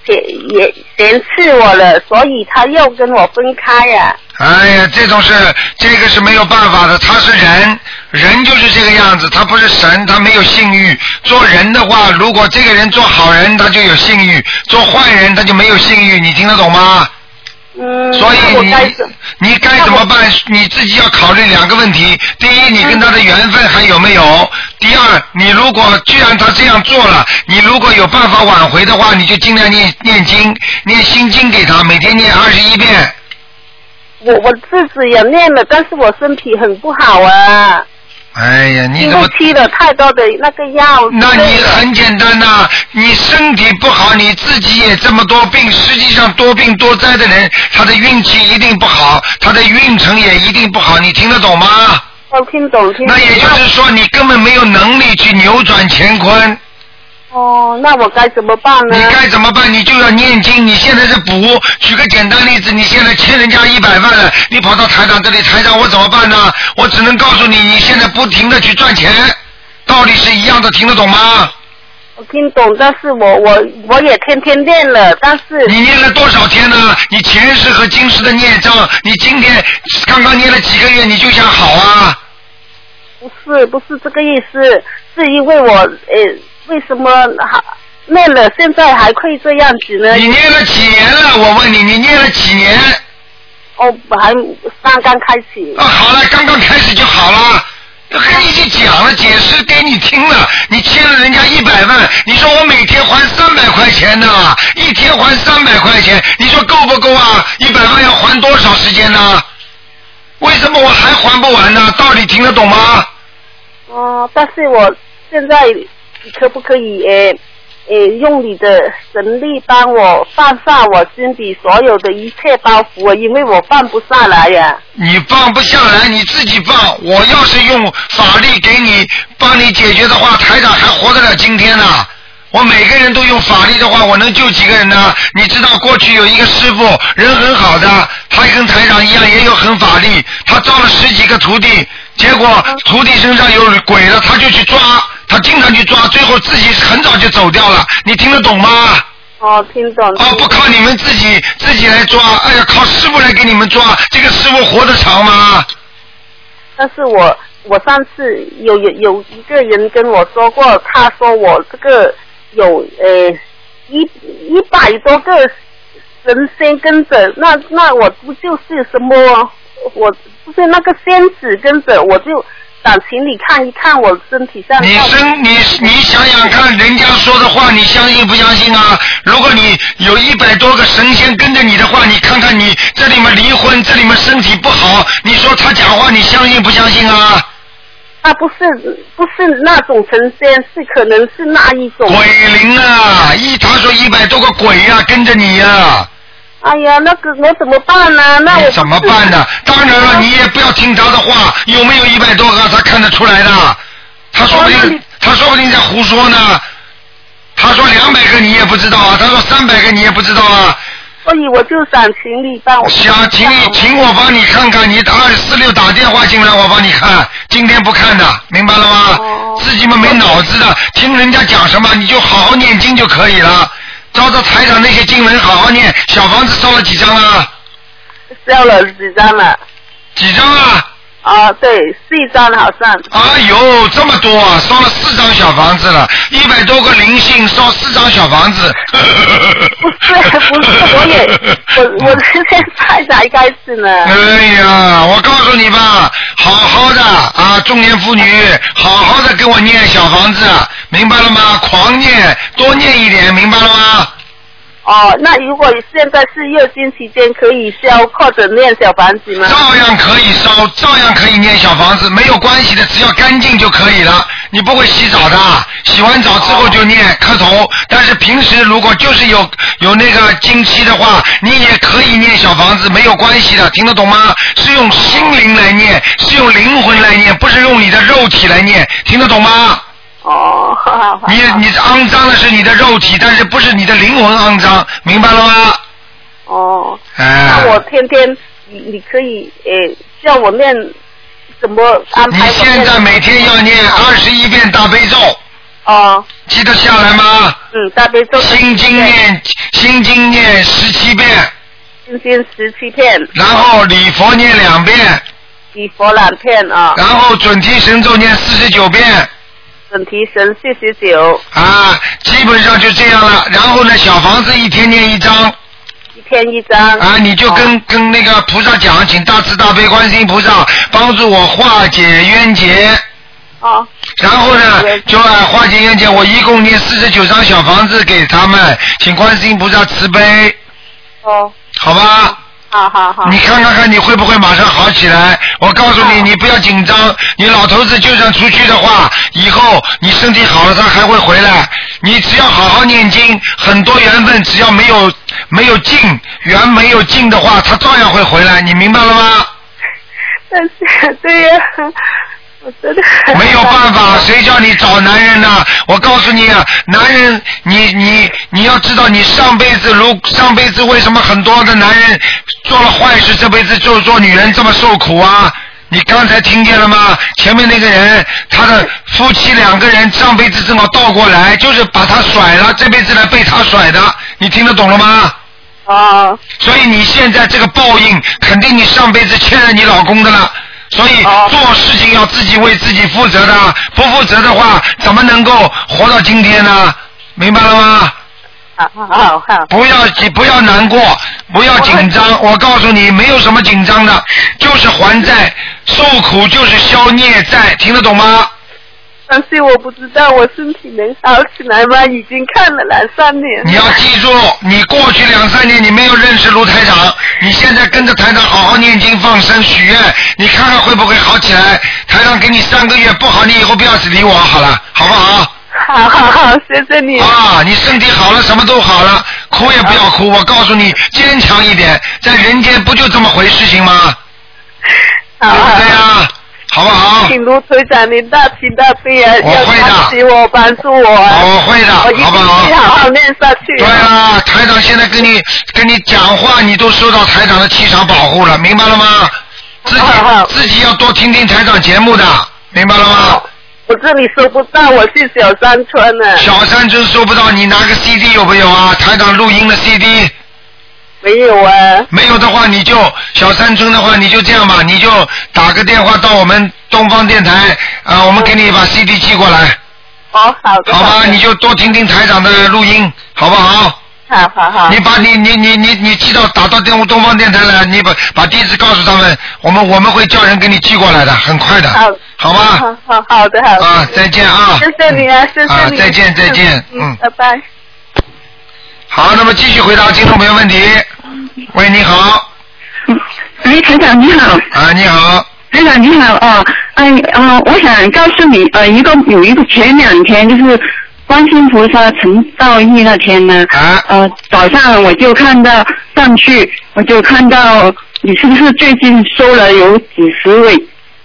Speaker 7: 嫌也嫌弃我了，所以他又跟我分开啊呀、
Speaker 2: 哎呀，这种事，这个是没有办法的。他是人，人就是这个样子，他不是神，他没有性欲。做人的话，如果这个人做好人，他就有性欲；做坏人，他就没有性欲。你听得懂吗？
Speaker 7: 嗯，
Speaker 2: 所以
Speaker 7: 那我
Speaker 2: 你
Speaker 7: 该怎
Speaker 2: 你该怎么办？你自己要考虑两个问题：第一，你跟他的缘分还有没有？第二，你如果既然他这样做了，你如果有办法挽回的话，你就尽量念念经，念心经给他，每天念二十一遍。
Speaker 7: 我我自己也念了，但是我身体很不好啊，
Speaker 2: 哎呀，你
Speaker 7: 因
Speaker 2: 怎么
Speaker 7: 为吃了太多的那个药。
Speaker 2: 那
Speaker 7: 对
Speaker 2: 你很简单呐、你身体不好，你自己也这么多病，实际上多病多灾的人，他的运气一定不好，他的运程也一定不好，你听得懂吗？
Speaker 7: 我听懂听懂。
Speaker 2: 那也就是说，你根本没有能力去扭转乾坤，
Speaker 7: 哦，那我该怎么办
Speaker 5: 嗯
Speaker 7: 呢
Speaker 2: 你？该怎么办？你就要念经，你现在是补。举个简单例子，你现在欠人家一百万了，你跑到台长这里，台长我怎么办呢？我只能告诉你，你现在不停的去赚钱，道理是一样的，听得懂吗？
Speaker 7: 我听懂，但是我我我也天天练了，但是
Speaker 5: 嗯
Speaker 2: 你念了多少天呢？你前世和今世的孽障，你今天刚刚念了几个月，你就想好啊？
Speaker 7: 不是不是这个意思，是因为我呃为什么还练了，现在还会这样子
Speaker 5: 嗯
Speaker 7: 呢？
Speaker 2: 你念了几年了？我问你，你念了几年？
Speaker 7: 哦，我还刚刚开始。
Speaker 2: 啊，好了，刚刚开始就好了。还已经讲了，解释给你听了，你欠了人家一百万，你说我每天还三百块钱呢，一天还三百块钱，你说够不够啊？一百万要还多少时间呢？为什么我还还不完呢？道理听得懂吗？
Speaker 5: 哦，但是我现在可不可以呃呃用你的神力帮我放下我心底所有的一切包袱，啊因为我放不下来啊呀。
Speaker 2: 你放不下来，你自己放。我要是用法力给你帮你解决的话，台长还活得了今天呢、我每个人都用法力的话，我能救几个人呢？你知道过去有一个师傅，人很好的，他跟台长一样也有很法力，他招了十几个徒弟，结果徒弟身上有鬼了，他就去抓，他经常去抓，最后自己很早就走掉了。你听得懂吗？
Speaker 5: 哦，听懂。
Speaker 2: 哦，不靠你们自己自己来抓，哎呀，靠师傅来给你们抓，这个师傅活得长吗？
Speaker 5: 但是我我上次有有有一个人跟我说过，他说我这个有呃一一百多个神仙跟着，那那我不就是什么？我不是那个仙子跟着，我就想请你看一看我身体上。
Speaker 2: 你生你你想想看，人家说的话，你相信不相信啊？如果你有一百多个神仙跟着你的话，你看看你这里面离婚，这里面身体不好，你说他讲话，你相信不相信啊？
Speaker 5: 那不是不是那种神仙，是可能是那一种。
Speaker 2: 鬼灵啊，一他说一百多个鬼呀、跟着你呀、
Speaker 5: 哎呀，那个我怎么办呢、那我
Speaker 2: 你怎么办呢？当然了，你也不要听他的话，有没有一百多个他看得出来的，他说
Speaker 5: 哦
Speaker 2: 不定他说不定在胡说呢。他说两百个你也不知道啊，他说三百个你也不知道啊。
Speaker 5: 所以我就想请你帮哦我。
Speaker 2: 想请你请我帮你看看，你打二四六打电话进来，我帮你看。今天不看的，明白了吗？
Speaker 5: 哦
Speaker 2: 自己们没脑子的，听人家讲什么你就好好念经就可以了。照着台长那些经文好好念。小房子烧了几张啊？
Speaker 5: 烧了几张了？
Speaker 2: 几张啊？
Speaker 5: 啊，对，四张好像。
Speaker 2: 哎呦，这么多啊！烧了四张小房子了，一百多个灵性烧四张小房子。
Speaker 5: 不是不是，我也我我是在太才开始呢。
Speaker 2: 哎呀，我告诉你吧，好好的啊，中年妇女，好好的给我念小房子，明白了吗？狂念，多念一点，明白了吗？
Speaker 5: 哦，那如果现在是月经期间，可以烧或者念小房子吗？
Speaker 2: 照样可以烧，照样可以念小房子，没有关系的，只要干净就可以了。你不会洗澡的，洗完澡之后就念
Speaker 5: 哦
Speaker 2: 磕头。但是平时如果就是有有那个经期的话，你也可以念小房子，没有关系的，听得懂吗？是用心灵来念，是用灵魂来念，不是用你的肉体来念，听得懂吗？
Speaker 5: 哦，好好好。
Speaker 2: 你你肮脏的是你的肉体，但是不是你的灵魂肮脏，明白了吗？
Speaker 5: 哦，
Speaker 2: 哎
Speaker 5: 那，我天天你你可以诶、叫我念怎么安
Speaker 2: 你
Speaker 5: 排我念？
Speaker 2: 现在每天要念啊二十一遍大悲咒，
Speaker 5: 哦，
Speaker 2: 记得下来吗？
Speaker 5: 嗯，大悲咒
Speaker 2: 心经念心经念十七遍，
Speaker 5: 心经十七片，
Speaker 2: 然后礼佛念两遍，
Speaker 5: 礼佛两片啊，
Speaker 2: 然后准提神咒念四十九遍
Speaker 5: 准提神四十九，
Speaker 2: 啊，基本上就这样了。然后呢，小房子一天念一张
Speaker 5: 一天一张。
Speaker 2: 啊，你就跟跟那个菩萨讲，请大慈大悲观世音菩萨帮助我化解冤结。
Speaker 5: 哦，
Speaker 2: 然后呢，就按化解冤结，我一共念四十九张小房子给他们，请观世音菩萨慈悲，
Speaker 5: 哦，
Speaker 2: 好吧？
Speaker 5: 好好好
Speaker 2: 你，看看看你会不会马上好起来？我告诉你，你不要紧张。你老头子就算出去的话，以后你身体好了，他还会回来。你只要好好念经，很多缘分只要没有没有尽缘没有尽的话，他照样会回来。你明白了吗？
Speaker 5: 但是对呀、 我真的
Speaker 2: 没有办法，谁叫你找男人呢、我告诉你啊，男人，你你你要知道，你上辈子如上辈子为什么很多的男人做了坏事，这辈子就做女人这么受苦啊？你刚才听见了吗？前面那个人，他的夫妻两个人上辈子正好倒过来，就是把他甩了，这辈子来被他甩的，你听得懂了吗？
Speaker 5: 哦，
Speaker 2: 所以你现在这个报应，肯定你上辈子欠了你老公的了。所以
Speaker 5: 哦
Speaker 2: 做事情要自己为自己负责的，不负责的话，怎么能够活到今天呢？明白了吗？
Speaker 5: 好好啊好好，
Speaker 2: 不要急，不要难过，不要紧张。我告诉你，没有什么紧张的，就是还债、受苦，就是消孽债，听得懂吗？
Speaker 5: 但是我不知道我身体能好起来吗？已经看了两三 年。
Speaker 2: 你要记住，你过去两三年你没有认识卢台长，你现在跟着台长好好念经、放生、许愿，你看看会不会好起来？台长给你三个月，不好你以后不要理我好了，好不好？
Speaker 5: 好好好，谢谢你。
Speaker 2: 啊，你身体好了，什么都好了，哭也不要哭。
Speaker 5: 啊
Speaker 2: 我告诉你，坚强一点，在人间不就这么回事情吗？对
Speaker 5: 好好
Speaker 2: 不对
Speaker 5: 好，
Speaker 2: 呀？好不好？
Speaker 5: 请卢队长您大慈大悲啊，
Speaker 2: 啊我
Speaker 5: 要
Speaker 2: 会的
Speaker 5: 帮起我，帮助我啊。
Speaker 2: 我会的
Speaker 5: 我一定
Speaker 2: 好不好
Speaker 5: 会好好念下去。
Speaker 2: 对啊啦，台长现在跟你跟你讲话，你都受到台长的气场保护了，明白了吗？自己
Speaker 5: 好好
Speaker 2: 自己要多听听台长节目的，明白了吗？
Speaker 5: 我这里收不到，我是小山村啊的，
Speaker 2: 小山村收不到，你拿个 CD 有没有啊？台长录音的 CD
Speaker 5: 没有啊。
Speaker 2: 没有的话，你就小山村的话，你就这样吧，你就打个电话到我们东方电台啊、我们给你把 CD 寄过来，
Speaker 5: 哦，好的。
Speaker 2: 好吧？
Speaker 5: 的
Speaker 2: 你就多听听台长的录音，好不好？
Speaker 5: 好好好
Speaker 2: 你。把你你你你你寄到打到东东方电台来，你把把地址告诉他们，我们我们会叫人给你寄过来的，很快的，
Speaker 5: 好
Speaker 2: 好吧？
Speaker 5: 好好好的好的。
Speaker 2: 啊，再见啊！
Speaker 5: 谢谢你啊，谢
Speaker 2: 啊
Speaker 5: 谢你。
Speaker 2: 再见再见嗯
Speaker 5: 拜拜。
Speaker 2: 好，那么继续回答听众朋友问题。喂，你好，
Speaker 8: 哎，台长你好，
Speaker 2: 啊，你好，
Speaker 8: 台长你好哦，哎呃，我想告诉你呃，一个有一个前两天就是观世音菩萨成道义那天呢，
Speaker 2: 啊
Speaker 8: 呃，早上我就看到上去，我就看到你是不是最近收了有几十位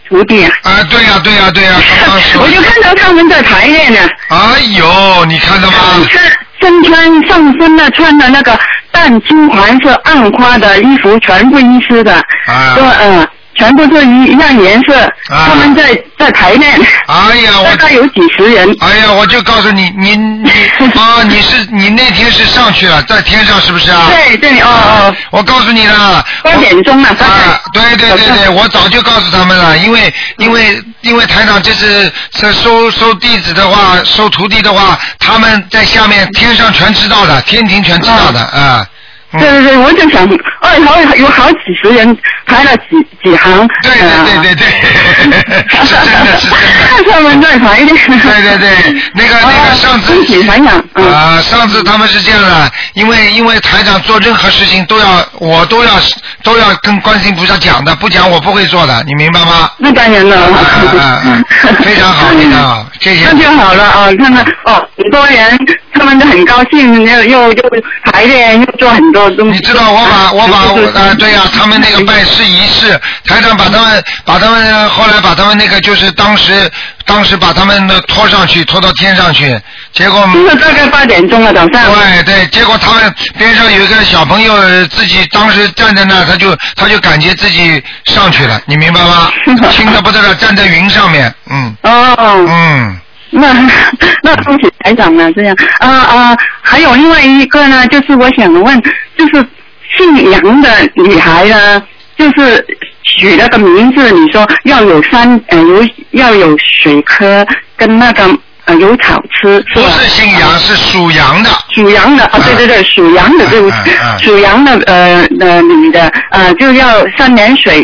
Speaker 8: 徒弟啊？
Speaker 2: 啊，对呀、对呀、对呀、刚 刚说
Speaker 8: 我就看到他们在排练呢、
Speaker 2: 哎呦，你看到吗？
Speaker 8: 身穿上身呢，穿的那个淡金黄色暗花的衣服，全部一式的，
Speaker 2: 啊
Speaker 8: 都呃，全部是一一样颜色。
Speaker 2: 啊
Speaker 8: 他们在在排练，
Speaker 2: 哎呀，
Speaker 8: 大概
Speaker 2: 我，
Speaker 8: 有几十人。
Speaker 2: 哎呀，我就告诉你，你你啊，你是你那天是上去了，在天上是不是啊？
Speaker 8: 对对哦哦，
Speaker 2: 我告诉你了，
Speaker 8: 八点钟了，大
Speaker 2: 啊，
Speaker 8: 概。
Speaker 2: 对对对对，我早就告诉他们了，因为因为因为台长这次这收收弟子的话，收徒弟的话，他们在下面天上全知道的，天庭全知道的啊。嗯
Speaker 8: 哦对对对，我就想，哎，好有好几十人排了几几行。呃
Speaker 2: 对对对对 对，是真的是真的。
Speaker 8: 他们在排练。
Speaker 2: 对对对，那个那个上次
Speaker 8: 哦恭喜团长，嗯。
Speaker 2: 啊，上次他们是这样的，因为因为台长做任何事情都要我都要都要跟观世音菩萨讲的，不讲我不会做的，你明白吗？
Speaker 8: 那当然了，嗯
Speaker 2: 啊啊啊 非常好，非常好，谢谢
Speaker 8: 那
Speaker 2: 你
Speaker 8: 就好了啊！他们哦，很多人，他们都很高兴，又又又排练，又做很多东西。
Speaker 2: 你知道我把我把我
Speaker 8: 就是
Speaker 2: 呃对呀、他们那
Speaker 8: 嗯
Speaker 2: 个拜师仪式，台长把他们把他们后来把他们那个就是当时当时把他们的拖上去拖到天上去，结果
Speaker 8: 就是大概八点钟了，早上。？
Speaker 2: 对对，结果他们边上有一个小朋友呃自己当时站在那儿，他就他就感觉自己上去了，你明白吗轻的不得了，站在云上面，嗯
Speaker 8: 哦，
Speaker 2: 嗯。
Speaker 8: 那 那恭喜台长了，这样啊啊！还有另外一个呢，就是我想问，就是姓杨的女孩呢，就是取了个名字，你说要有山呃有要有水喝跟那个呃有草吃，
Speaker 2: 不
Speaker 8: 吧
Speaker 2: 是姓杨，是属羊的。
Speaker 8: 属羊的啊，对对对，属羊的，对不起
Speaker 2: 嗯嗯嗯，
Speaker 8: 属羊的呃呃女的呃就要三点水，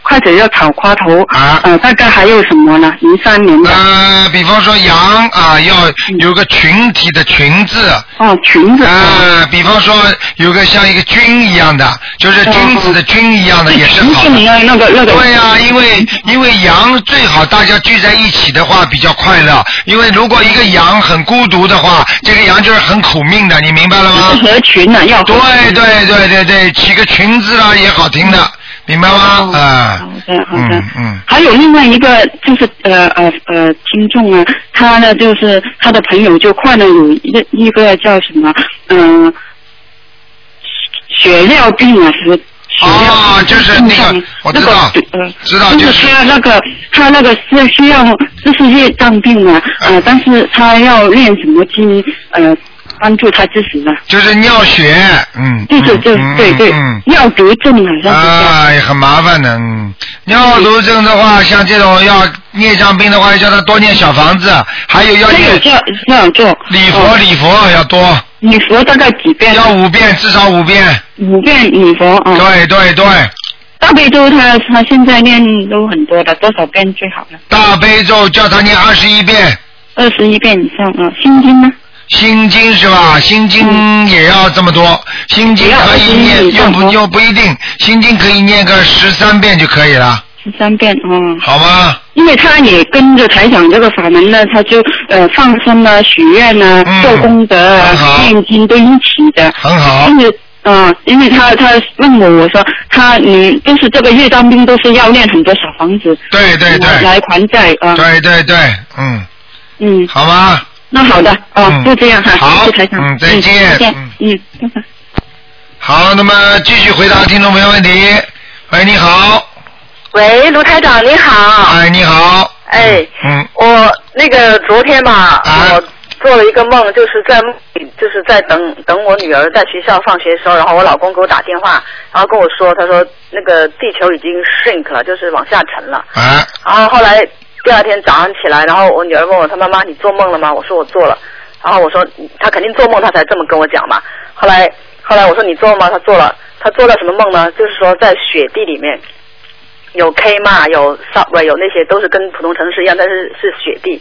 Speaker 8: 或者要草花头
Speaker 2: 啊
Speaker 8: 呃大概还有什么呢？零三年的
Speaker 2: 呃，比方说羊啊，要有个群体的群字。
Speaker 8: 哦裙子
Speaker 2: 呃，比方说有个像一个君一样的，就是君子的君一样的，也是
Speaker 8: 裙
Speaker 2: 好
Speaker 8: 子
Speaker 2: 的。
Speaker 8: 你啊要那个那个
Speaker 2: 对呀、因为因为羊最好大家聚在一起的话比较快乐，因为如果一个羊很孤独的话，这个羊就是很苦命的，你明白了吗？
Speaker 8: 合群呢要合
Speaker 2: 对对对对对，起个裙子啊也好听的，明白吗？
Speaker 8: 哦
Speaker 2: 啊、
Speaker 8: 好的，好的。
Speaker 2: 嗯嗯
Speaker 8: 还有另外一个就是呃呃呃，听众啊，他呢就是他的朋友就患了有一个一个叫什么嗯、呃血血尿病啊，是血尿病
Speaker 2: 哦就是那个我知道
Speaker 8: 那个呃
Speaker 2: 知道
Speaker 8: 就
Speaker 2: 就是是
Speaker 8: 他那个他那个是需要就是业障病啊，呃，但是他要练什么经呃帮助他啊自己呢？
Speaker 2: 就是尿血，嗯，
Speaker 8: 就是
Speaker 2: 嗯
Speaker 8: 就
Speaker 2: 嗯
Speaker 8: 对对
Speaker 2: 嗯。嗯，
Speaker 8: 尿毒症好像是这样。
Speaker 2: 啊，也很麻烦的。嗯，尿毒症的
Speaker 9: 嗯
Speaker 2: 话，像这种要孽障病啊的话，要叫他多念小房子，还有要
Speaker 8: 他有
Speaker 2: 念
Speaker 8: 这样这样做。
Speaker 9: 嗯
Speaker 2: 礼佛，
Speaker 8: 哦
Speaker 2: 礼佛要多。
Speaker 9: 礼佛大概几遍？
Speaker 2: 要五遍，至少五遍。
Speaker 9: 五遍礼佛啊。
Speaker 2: 对对对，
Speaker 9: 大悲咒他他现在念都很多了，多少遍最好呢？
Speaker 2: 大悲咒叫他念二十一遍，
Speaker 9: 二十一遍以上啊。心经呢？
Speaker 2: 心经是
Speaker 9: 嗯
Speaker 2: 吧？心经也要这么多，心经可以念，
Speaker 9: 也要
Speaker 2: 用不
Speaker 9: 嗯
Speaker 2: 用不一定，心经可以念个十三遍就可以了，
Speaker 9: 十三遍哦。
Speaker 2: 好吗？
Speaker 9: 因为他也跟着台长这个法门呢，他就呃放生啊、许愿啊、
Speaker 2: 嗯
Speaker 9: 做功德啊
Speaker 2: 很好、
Speaker 9: 念经都一起的。
Speaker 2: 很好，
Speaker 9: 因为嗯，因为他他问我，我说他你就是这个月当兵都是要念很多小房子，
Speaker 2: 对对
Speaker 9: 来
Speaker 2: 对，
Speaker 9: 来还债啊。
Speaker 2: 对对对，嗯，
Speaker 9: 嗯，
Speaker 2: 好吗？
Speaker 9: 那好的，
Speaker 2: 嗯
Speaker 9: 哦，就这样哈，
Speaker 2: 好
Speaker 9: 谢谢台长，
Speaker 2: 嗯再见
Speaker 9: 再见
Speaker 2: 嗯，
Speaker 9: 嗯，拜拜。
Speaker 2: 好，那么继续回答听众朋友问题。喂，你好，
Speaker 5: 喂，卢台长你好。
Speaker 2: 哎，你好，
Speaker 5: 哎，
Speaker 2: 嗯，
Speaker 5: 我那个昨天吧，
Speaker 2: 啊
Speaker 5: 我做了一个梦，就是在梦里，就是在等等我女儿在学校放学的时候，然后我老公给我打电话，然后跟我说，他说那个地球已经 shrink 了，就是往下沉了。
Speaker 2: 哎，
Speaker 5: 然后后来第二天早上起来，然后我女儿问我，她妈妈你做梦了吗？我说我做了。然后我说嗯她肯定做梦，她才这么跟我讲嘛。后来后来我说你做了吗？她做了。她做了什么梦呢？就是说在雪地里面有 K 嘛，有 Subway，有那些都是跟普通城市一样，但是是雪地。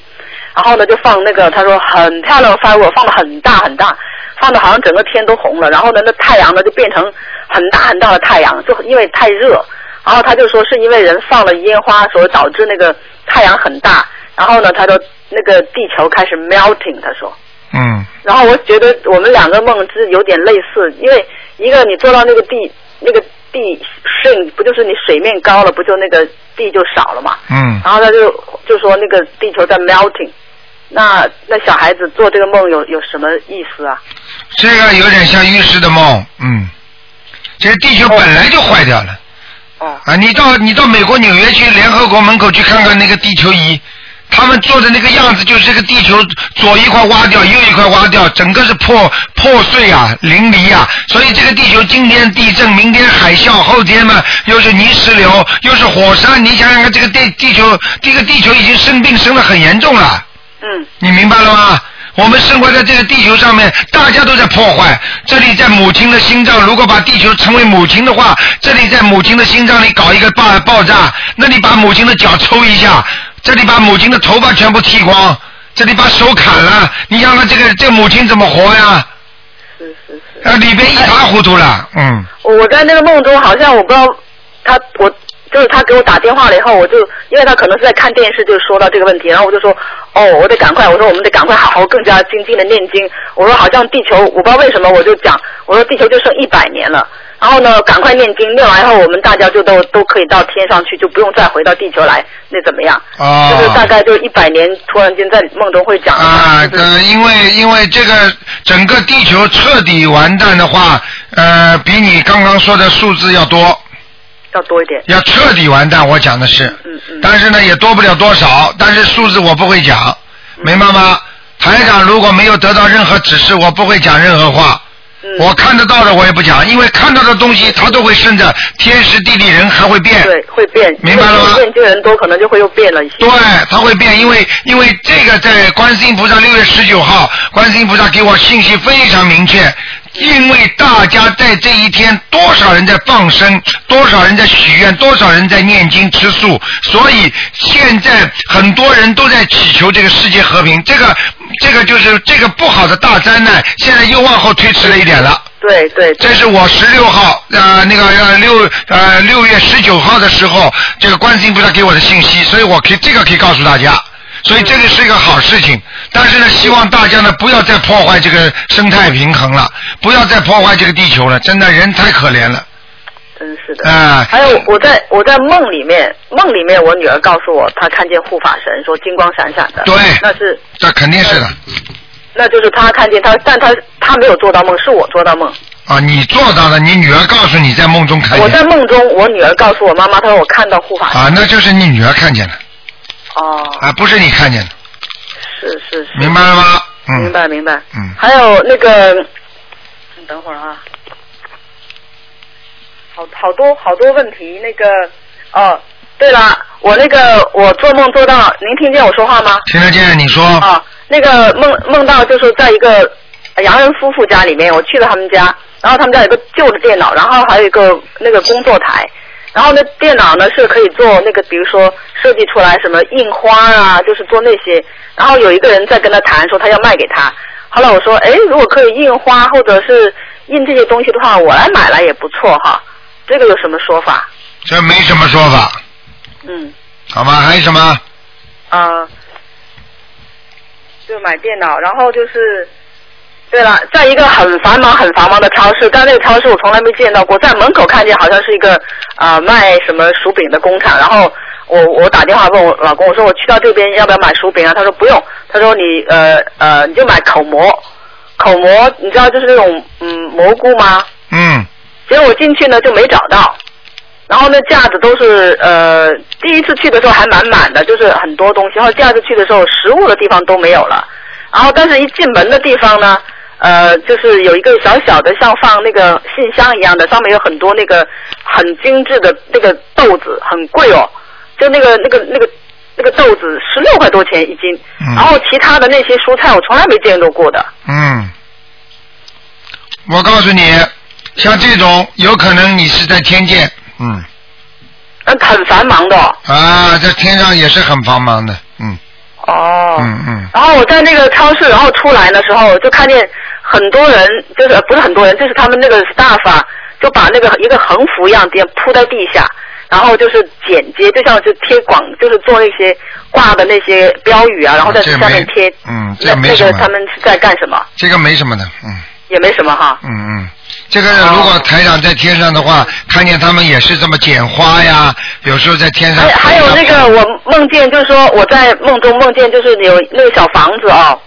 Speaker 5: 然后呢就放那个，她说很漂亮的 f i r e 放的很大很大，放的好像整个天都红了。然后呢那太阳呢就变成很大很大的太阳，就因为太热。然后他就说是因为人放了烟花，所以导致那个太阳很大，然后呢，他说那个地球开始 melting，他说。
Speaker 2: 嗯，
Speaker 5: 然后我觉得我们两个梦是有点类似，因为一个你坐到那个地那个地 shrink，不就是你水面高了，不就那个地就少了嘛？
Speaker 2: 嗯，
Speaker 5: 然后他就就说那个地球在 melting，那那小孩子做这个梦有有什么意思啊？
Speaker 2: 这个有点像预示的梦，嗯，这个地球本来就坏掉了
Speaker 5: 哦，
Speaker 2: 啊！你到你到美国纽约去联合国门口去看看那个地球仪，他们做的那个样子就是这个地球左一块挖掉，右一块挖掉，整个是破破碎啊、淋漓啊，所以这个地球今天地震，明天海啸，后天嘛又是泥石流，又是火山，你想想看，这个地地球这个地球已经生病生得很严重了。
Speaker 5: 嗯
Speaker 2: 你明白了吗？我们生活在这个地球上面，大家都在破坏。这里在母亲的心脏，如果把地球成为母亲的话，这里在母亲的心脏里搞一个爆爆炸，那里把母亲的脚抽一下，这里把母亲的头发全部剃光，这里把手砍了，你想想这个这个母亲怎么活呀？
Speaker 5: 是是是。
Speaker 2: 啊，里边一塌糊涂了，嗯，
Speaker 5: 我在那个梦中好像我不知道他我就是他给我打电话了以后，我就因为他可能是在看电视，就说到这个问题，然后我就说哦，我得赶快，我说我们得赶快好好更加精进的念经，我说好像地球我不知道为什么我就讲，我说地球就剩一百年了。然后呢，赶快念经，念完以后，我们大家就都都可以到天上去，就不用再回到地球来，那怎么样？
Speaker 2: 啊，
Speaker 5: 就是大概就一百年，突然间在梦中会讲
Speaker 2: 啊，
Speaker 5: 就是
Speaker 2: 呃，因为因为这个整个地球彻底完蛋的话，呃，比你刚刚说的数字要多，
Speaker 5: 要多一点。
Speaker 2: 要彻底完蛋。我讲的是，
Speaker 5: 嗯嗯。
Speaker 2: 但是呢也多不了多少，但是数字我不会讲，明白吗？台长如果没有得到任何指示，我不会讲任何话。
Speaker 5: 嗯
Speaker 2: 我看得到的我也不讲，因为看到的东西它都会顺着天时地利人和会变。
Speaker 5: 对，会变。
Speaker 2: 明白了吗
Speaker 5: 念经人多，可能就会又变了一些。
Speaker 2: 对，它会变，因为因为这个在观世音菩萨六月十九号，观世音菩萨给我信息非常明确，因为大家在这一天，多少人在放生，多少人在许愿，多少人在念经吃素，所以现在很多人都在祈求这个世界和平，这个这个就是这个不好的大灾难，现在又往后推迟了一点了。
Speaker 5: 对对对
Speaker 2: 这是我十六号呃那个呃六呃六月十九号的时候，这个观世音菩萨给我的信息，所以我可以这个可以告诉大家，所以这个是一个好事情。但是呢，希望大家呢不要再破坏这个生态平衡了，不要再破坏这个地球了，真的人太可怜了
Speaker 5: 真是的。
Speaker 2: 啊、
Speaker 5: 还有我在我在梦里面，梦里面我女儿告诉我，她看见护法神，说金光闪闪的。
Speaker 2: 对
Speaker 5: 那是
Speaker 2: 这肯定是的
Speaker 5: 那就是她看见她，但她她没有做到梦，是我做到梦。
Speaker 2: 啊！你做到了，你女儿告诉你在梦中看
Speaker 5: 我
Speaker 2: 见
Speaker 5: 在梦中，我女儿告诉我妈妈，她说我看到护法神。
Speaker 2: 哎啊，那就是你女儿看见了
Speaker 5: 哦，
Speaker 2: 啊，不是你看见的，
Speaker 5: 是是是。
Speaker 2: 明白了吗？嗯，
Speaker 5: 明白明白。
Speaker 2: 嗯
Speaker 5: 还有那个，你等会儿啊，好好多好多问题。那个，哦，对了，我那个我做梦做到，您听见我说话吗？啊
Speaker 2: 听得见你说
Speaker 5: 啊，那个梦梦到就是在一个洋人夫妇家里面，我去了他们家，然后他们家有个旧的电脑，然后还有一个那个工作台，然后那电脑呢是可以做那个，比如说设计出来什么印花啊，就是做那些。然后有一个人在跟他谈，说他要卖给他。后来我说，哎，如果可以印花或者是印这些东西的话，我来买来也不错哈。这个有什么说法？
Speaker 2: 这没什么说法，
Speaker 5: 嗯，
Speaker 2: 好吗？还有什么？
Speaker 5: 啊、就买电脑，然后就是，对了，在一个很繁忙很繁忙的超市，但那个超市我从来没见到过，在门口看见好像是一个啊、呃卖什么薯饼的工厂，然后我我打电话问我老公，我说我去到这边要不要买薯饼啊？他说不用，他说你呃呃你就买口蘑，口蘑你知道就是那种嗯蘑菇吗？
Speaker 2: 嗯，
Speaker 5: 结果我进去呢就没找到，然后那架子都是呃第一次去的时候还满满的，就是很多东西，然后第二次去的时候食物的地方都没有了，然后但是一进门的地方呢，呃就是有一个小小的像放那个信箱一样的，上面有很多那个很精致的那个豆子，很贵哦，就那个那个那个。那个豆子十六块多钱一斤，
Speaker 2: 嗯
Speaker 5: 然后其他的那些蔬菜我从来没见到过的。
Speaker 2: 嗯，我告诉你，像这种有可能你是在天界，嗯，
Speaker 5: 嗯，很繁忙的哦。
Speaker 2: 啊，在天上也是很繁忙的，嗯
Speaker 5: 哦
Speaker 2: 嗯嗯，
Speaker 5: 然后我在那个超市，然后出来的时候，就看见很多人，就是呃不是很多人，就是他们那个 staff 啊，就把那个一个横幅一样的铺在地下，然后就是剪接，就像是贴广，就是做那些挂的那些标语啊，然后在
Speaker 2: 这没
Speaker 5: 下面贴，
Speaker 2: 嗯这
Speaker 5: 那
Speaker 2: 没
Speaker 5: 那
Speaker 2: 什
Speaker 5: 个
Speaker 2: 么
Speaker 5: 他们是在干什么？
Speaker 2: 这个没什么的，嗯
Speaker 5: 也没什么哈。
Speaker 2: 嗯嗯。这个如果台长在天上的话，看见他们也是这么剪花呀，有时候在天上
Speaker 5: 还还有那个，我梦见就是说我在梦中梦见就是有那个小房子哦，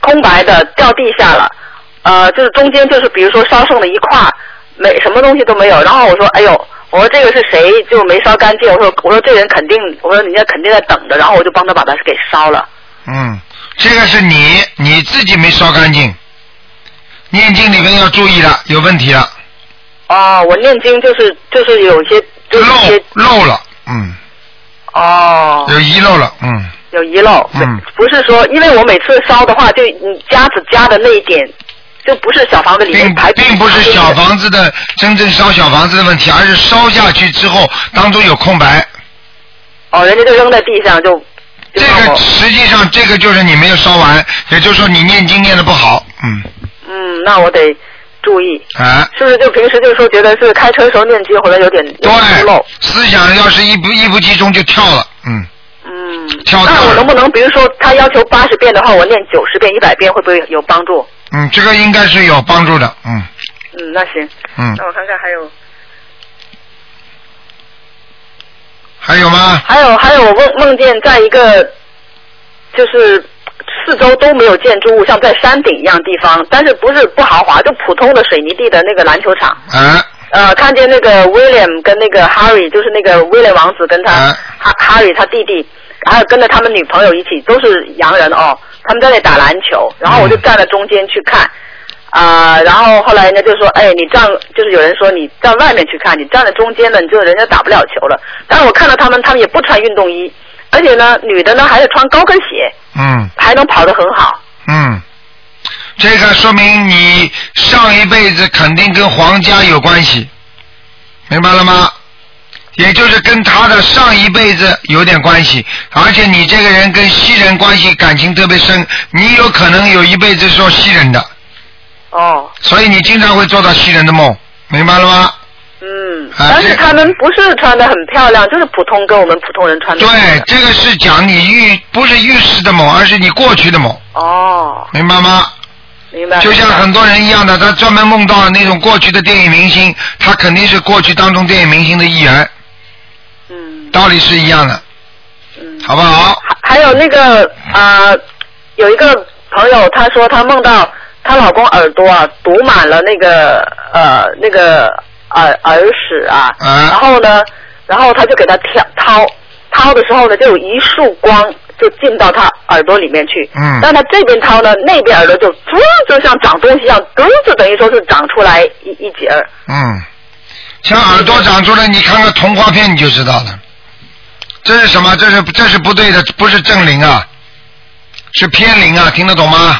Speaker 5: 空白的掉地下了，呃，就是中间就是比如说烧剩了一块儿，没什么东西都没有。然后我说，哎呦，我说这个是谁就没烧干净？我说我说这人肯定，我说人家肯定在等着，然后我就帮他把它给烧了。
Speaker 2: 嗯，这个是你你自己没烧干净，念经里面要注意了，有问题了，
Speaker 5: 哦，我念经就是就是有一些就是一
Speaker 2: 漏
Speaker 5: 些
Speaker 2: 漏了，嗯，
Speaker 5: 哦，
Speaker 2: 有遗漏了，嗯，
Speaker 5: 有遗漏，
Speaker 2: 嗯
Speaker 5: 不是说因为我每次烧的话，就你夹子夹的那一点。就不是小房子里面
Speaker 2: 并
Speaker 5: 排
Speaker 2: 并不是小
Speaker 5: 子。
Speaker 2: 房子的真正烧小房子的问题，而是烧下去之后当中有空白，
Speaker 5: 哦，人家就扔在地上就。就
Speaker 2: 这
Speaker 5: 让
Speaker 2: 个
Speaker 5: 我
Speaker 2: 实际上这个就是你没有烧完，也就是说你念经念的不好，嗯，
Speaker 5: 嗯，那我得注意，
Speaker 2: 啊，
Speaker 5: 是不是？就平时就说觉得是开车时候念经，或者有点有
Speaker 2: 对
Speaker 5: 点疏漏。，
Speaker 2: 思想要是一不一不集中就跳了，嗯，
Speaker 5: 嗯，
Speaker 2: 跳字儿
Speaker 5: 那我能不能，比如说他要求八十遍的话，我念九十遍、一百遍，会不会有帮助？
Speaker 2: 嗯，这个应该是有帮助的，嗯
Speaker 5: 嗯，那行，
Speaker 2: 嗯
Speaker 5: 那，我看看还有，
Speaker 2: 还有吗？
Speaker 5: 还有还有，我梦梦见在一个就是四周都没有建筑物，像在山顶一样地方，但是不是不豪华，就普通的水泥地的那个篮球场。
Speaker 2: 啊
Speaker 5: 呃，看见那个 William 跟那个 Harry，就是那个威廉王子跟他、
Speaker 2: 啊
Speaker 5: 哈 Harry 他弟弟，还有跟着他们女朋友一起，都是洋人哦，他们在那打篮球，然后我就
Speaker 2: 嗯
Speaker 5: 站在中间去看。啊、然后后来人家就说，哎，你站，就是有人说你站外面去看，你站在中间的，你就人家打不了球了。但是我看到他们，他们也不穿运动衣，而且呢，女的呢还是穿高跟鞋，
Speaker 2: 嗯
Speaker 5: 还能跑得很好。
Speaker 2: 嗯，这个说明你上一辈子肯定跟皇家有关系，明白了吗？也就是跟他的上一辈子有点关系，而且你这个人跟西人关系感情特别深，你有可能有一辈子做西人的，
Speaker 5: 哦，
Speaker 2: 所以你经常会做到西人的梦，明白了吗？
Speaker 5: 嗯，
Speaker 2: 啊
Speaker 5: 但是
Speaker 2: 这
Speaker 5: 他们不是穿的很漂亮，就是普通跟我们普通人穿的一样的。
Speaker 2: 对，这个是讲你预不是预示的梦，而是你过去的梦，
Speaker 5: 哦，
Speaker 2: 明白吗？
Speaker 5: 明白。
Speaker 2: 就像
Speaker 5: 明白
Speaker 2: 很多人一样的，他专门梦到那种过去的电影明星，他肯定是过去当中电影明星的一员，
Speaker 5: 嗯
Speaker 2: 道理是一样的，
Speaker 5: 嗯，
Speaker 2: 好不好？
Speaker 5: 还还有那个啊、呃有一个朋友，她说她梦到她老公耳朵啊堵满了那个呃那个耳耳屎啊，然
Speaker 2: 啊，
Speaker 5: 后呢，然后她就给他挑掏掏的时候呢，就有一束光就进到她耳朵里面去。
Speaker 2: 嗯
Speaker 5: 但她这边掏呢，那边耳朵就嘟，就像长东西一样，嘟就等于说是长出来一一截儿。
Speaker 2: 嗯，像耳朵长出来，你看看童话片你就知道了。这是什么？这是这是不对的，不是正灵啊，是偏灵啊，听得懂吗？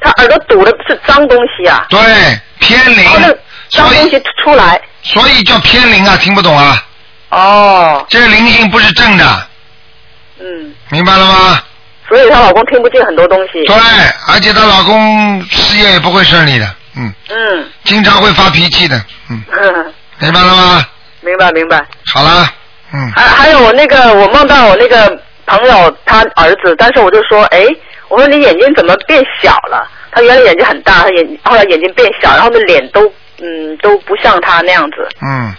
Speaker 5: 他耳朵堵的是脏东西啊，
Speaker 2: 对，偏灵
Speaker 5: 然后那个，脏
Speaker 2: 所
Speaker 5: 东西
Speaker 2: 以
Speaker 5: 出来。
Speaker 2: 所以叫偏灵啊，听不懂啊？
Speaker 5: 哦，
Speaker 2: 这个灵性不是正的，
Speaker 5: 嗯，
Speaker 2: 明白了吗？
Speaker 5: 所以她老公听不进很多东西。
Speaker 2: 对，而且她老公事业也不会顺利的，嗯，
Speaker 5: 嗯，
Speaker 2: 经常会发脾气的，嗯，明白了吗？
Speaker 5: 明白明白。
Speaker 2: 好啦，嗯，
Speaker 5: 还还有我那个，我梦到我那个朋友他儿子，但是我就说，哎，我说你眼睛怎么变小了？他原来眼睛很大，他眼后来眼睛变小，然后那脸都嗯都不像他那样子。
Speaker 2: 嗯，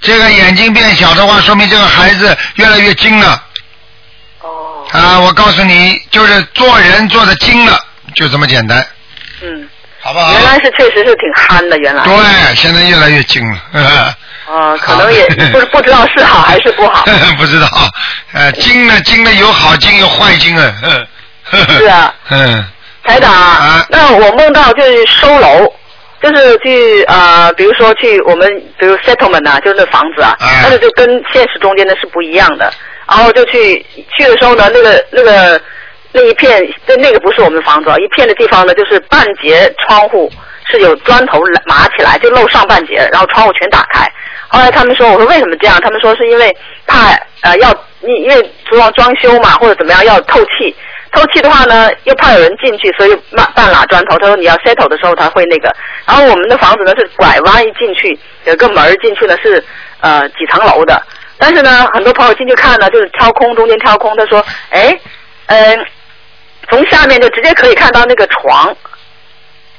Speaker 2: 这个眼睛变小的话，说明这个孩子越来越精了
Speaker 5: 哦，
Speaker 2: 啊！我告诉你，就是做人做的精了，就这么简单，
Speaker 5: 嗯，
Speaker 2: 好不好？
Speaker 5: 原来是确实是挺憨的，原来。
Speaker 2: 对，现在越来越精了。 呵呵
Speaker 5: 啊、可能也
Speaker 2: 好
Speaker 5: 不是不知道是好还是不好。
Speaker 2: 不知道，呃，精了精了，有好精有坏精啊。 呵呵呵
Speaker 5: 是啊。
Speaker 2: 嗯，
Speaker 5: 台长，
Speaker 2: 啊
Speaker 5: 那我梦到就是收楼，就是去呃，比如说去我们比如 settlement 呐、就是那房子啊，
Speaker 2: 哎
Speaker 5: 但是就跟现实中间的是不一样的。然后就去去的时候呢，那个那个那一片，那那个不是我们的房子啊，一片的地方呢，就是半截窗户是有砖头码起来，就露上半截，然后窗户全打开。后来他们说，我说为什么这样？他们说是因为怕呃要因因为主要装修嘛，或者怎么样要透气。透气的话呢，又怕有人进去，所以慢半拉砖头。他说你要 settle 的时候他会那个。然后我们的房子呢是拐弯一进去，有个门儿进去呢是呃几层楼的。但是呢，很多朋友进去看呢，就是挑空，中间挑空。他说，哎，嗯、从下面就直接可以看到那个床。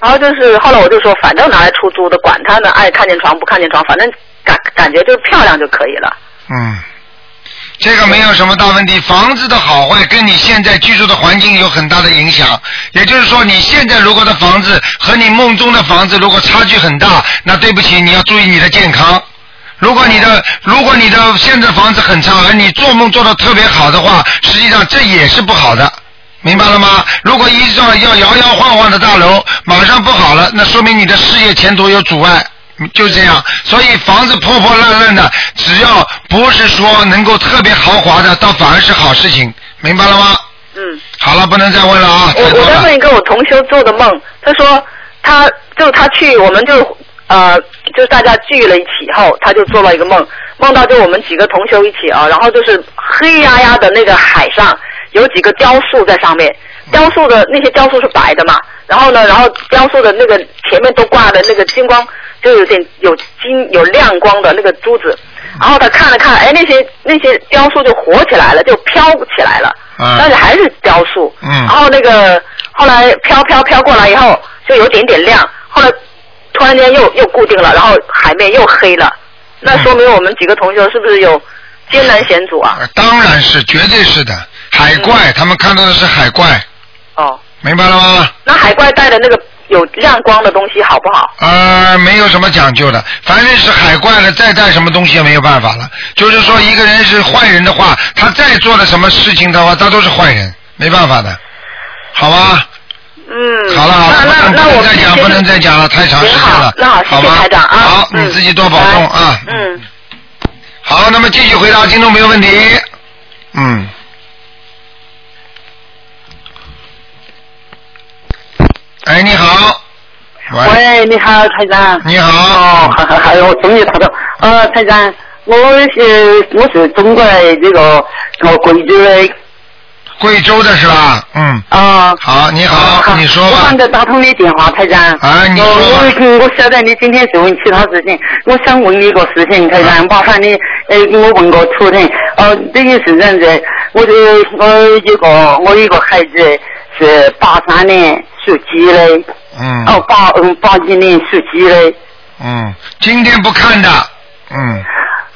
Speaker 5: 然后就是后来我就说，反正拿来出租的，管他呢，爱看见床不看见床，反正感感觉就是漂亮就可以了。
Speaker 2: 嗯，这个没有什么大问题。房子的好坏跟你现在居住的环境有很大的影响。也就是说，你现在如果的房子和你梦中的房子如果差距很大，那对不起，你要注意你的健康。如果你的如果你的现在房子很差，而你做梦做的特别好的话，实际上这也是不好的。明白了吗？如果一幢要摇摇晃晃的大楼马上不好了，那说明你的事业前途有阻碍，就这样。所以房子破破烂烂的，只要不是说能够特别豪华的，倒反而是好事情，明白了吗？
Speaker 5: 嗯。
Speaker 2: 好了，不能再问了啊，
Speaker 5: 我
Speaker 2: 太多
Speaker 5: 我再问
Speaker 2: 了。
Speaker 5: 一个我同修做的梦，他说他就他去我们就呃就是大家聚了一起后，他就做了一个梦，梦到就我们几个同修一起啊，然后就是黑压压的那个海上有几个雕塑在上面，
Speaker 2: 嗯
Speaker 5: 雕塑的那些雕塑是白的嘛，然后呢，然后雕塑的那个前面都挂的那个金光，就有点有金有亮光的那个珠子。
Speaker 2: 嗯
Speaker 5: 然后他看了看，哎，那些那些雕塑就活起来了，就飘起来了，
Speaker 2: 嗯
Speaker 5: 但是还是雕塑。
Speaker 2: 嗯
Speaker 5: 然后那个后来飘飘飘过来以后，就有点点亮，后来突然间又又固定了，然后海面又黑了。
Speaker 2: 嗯
Speaker 5: 那说明我们几个同学是不是有艰难险阻啊？
Speaker 2: 呃当然是，绝对是的。海怪，
Speaker 5: 嗯
Speaker 2: 他们看到的是海怪，
Speaker 5: 哦，
Speaker 2: 明白了吗？
Speaker 5: 那海怪带的那个有亮光的东西好不好？
Speaker 2: 呃，没有什么讲究的，凡是是海怪了，再带什么东西也没有办法了。就是说，一个人是坏人的话，他再做了什么事情的话，他都是坏人，没办法的，好吧？
Speaker 5: 嗯，
Speaker 2: 好了，好
Speaker 5: 那
Speaker 2: 了，
Speaker 5: 那
Speaker 2: 不能
Speaker 5: 那
Speaker 2: 不能
Speaker 5: 我们
Speaker 2: 再讲，
Speaker 5: 先
Speaker 2: 不能再讲了，太长时间了，
Speaker 5: 行好那好谢谢
Speaker 2: 吧
Speaker 5: 台长啊
Speaker 2: 好，
Speaker 5: 嗯
Speaker 2: 你自己多保重啊。
Speaker 5: 嗯。
Speaker 2: 好，那么继续回答听众朋友问题。嗯。哎，你好。喂。
Speaker 9: 喂，你好，台长。
Speaker 2: 你好
Speaker 9: 哦，，还还还有，终于打到。呃，台长，我是我是中国的这个我贵州的
Speaker 2: 贵州的是吧？嗯，
Speaker 9: 啊。
Speaker 2: 好，你好，你说
Speaker 9: 我
Speaker 2: 吧
Speaker 9: 刚。才打通你电话，台长。
Speaker 2: 啊你说吧
Speaker 9: 我我我晓得你今天是问其他事情，我想问你一个事情，台长，麻烦你呃给我问个图腾。哦，这个是这样子，我的我有个我有一个孩子是八三年属鸡的，
Speaker 2: 嗯，
Speaker 9: 哦八嗯八一年属鸡的。
Speaker 2: 嗯，今天不看的，嗯，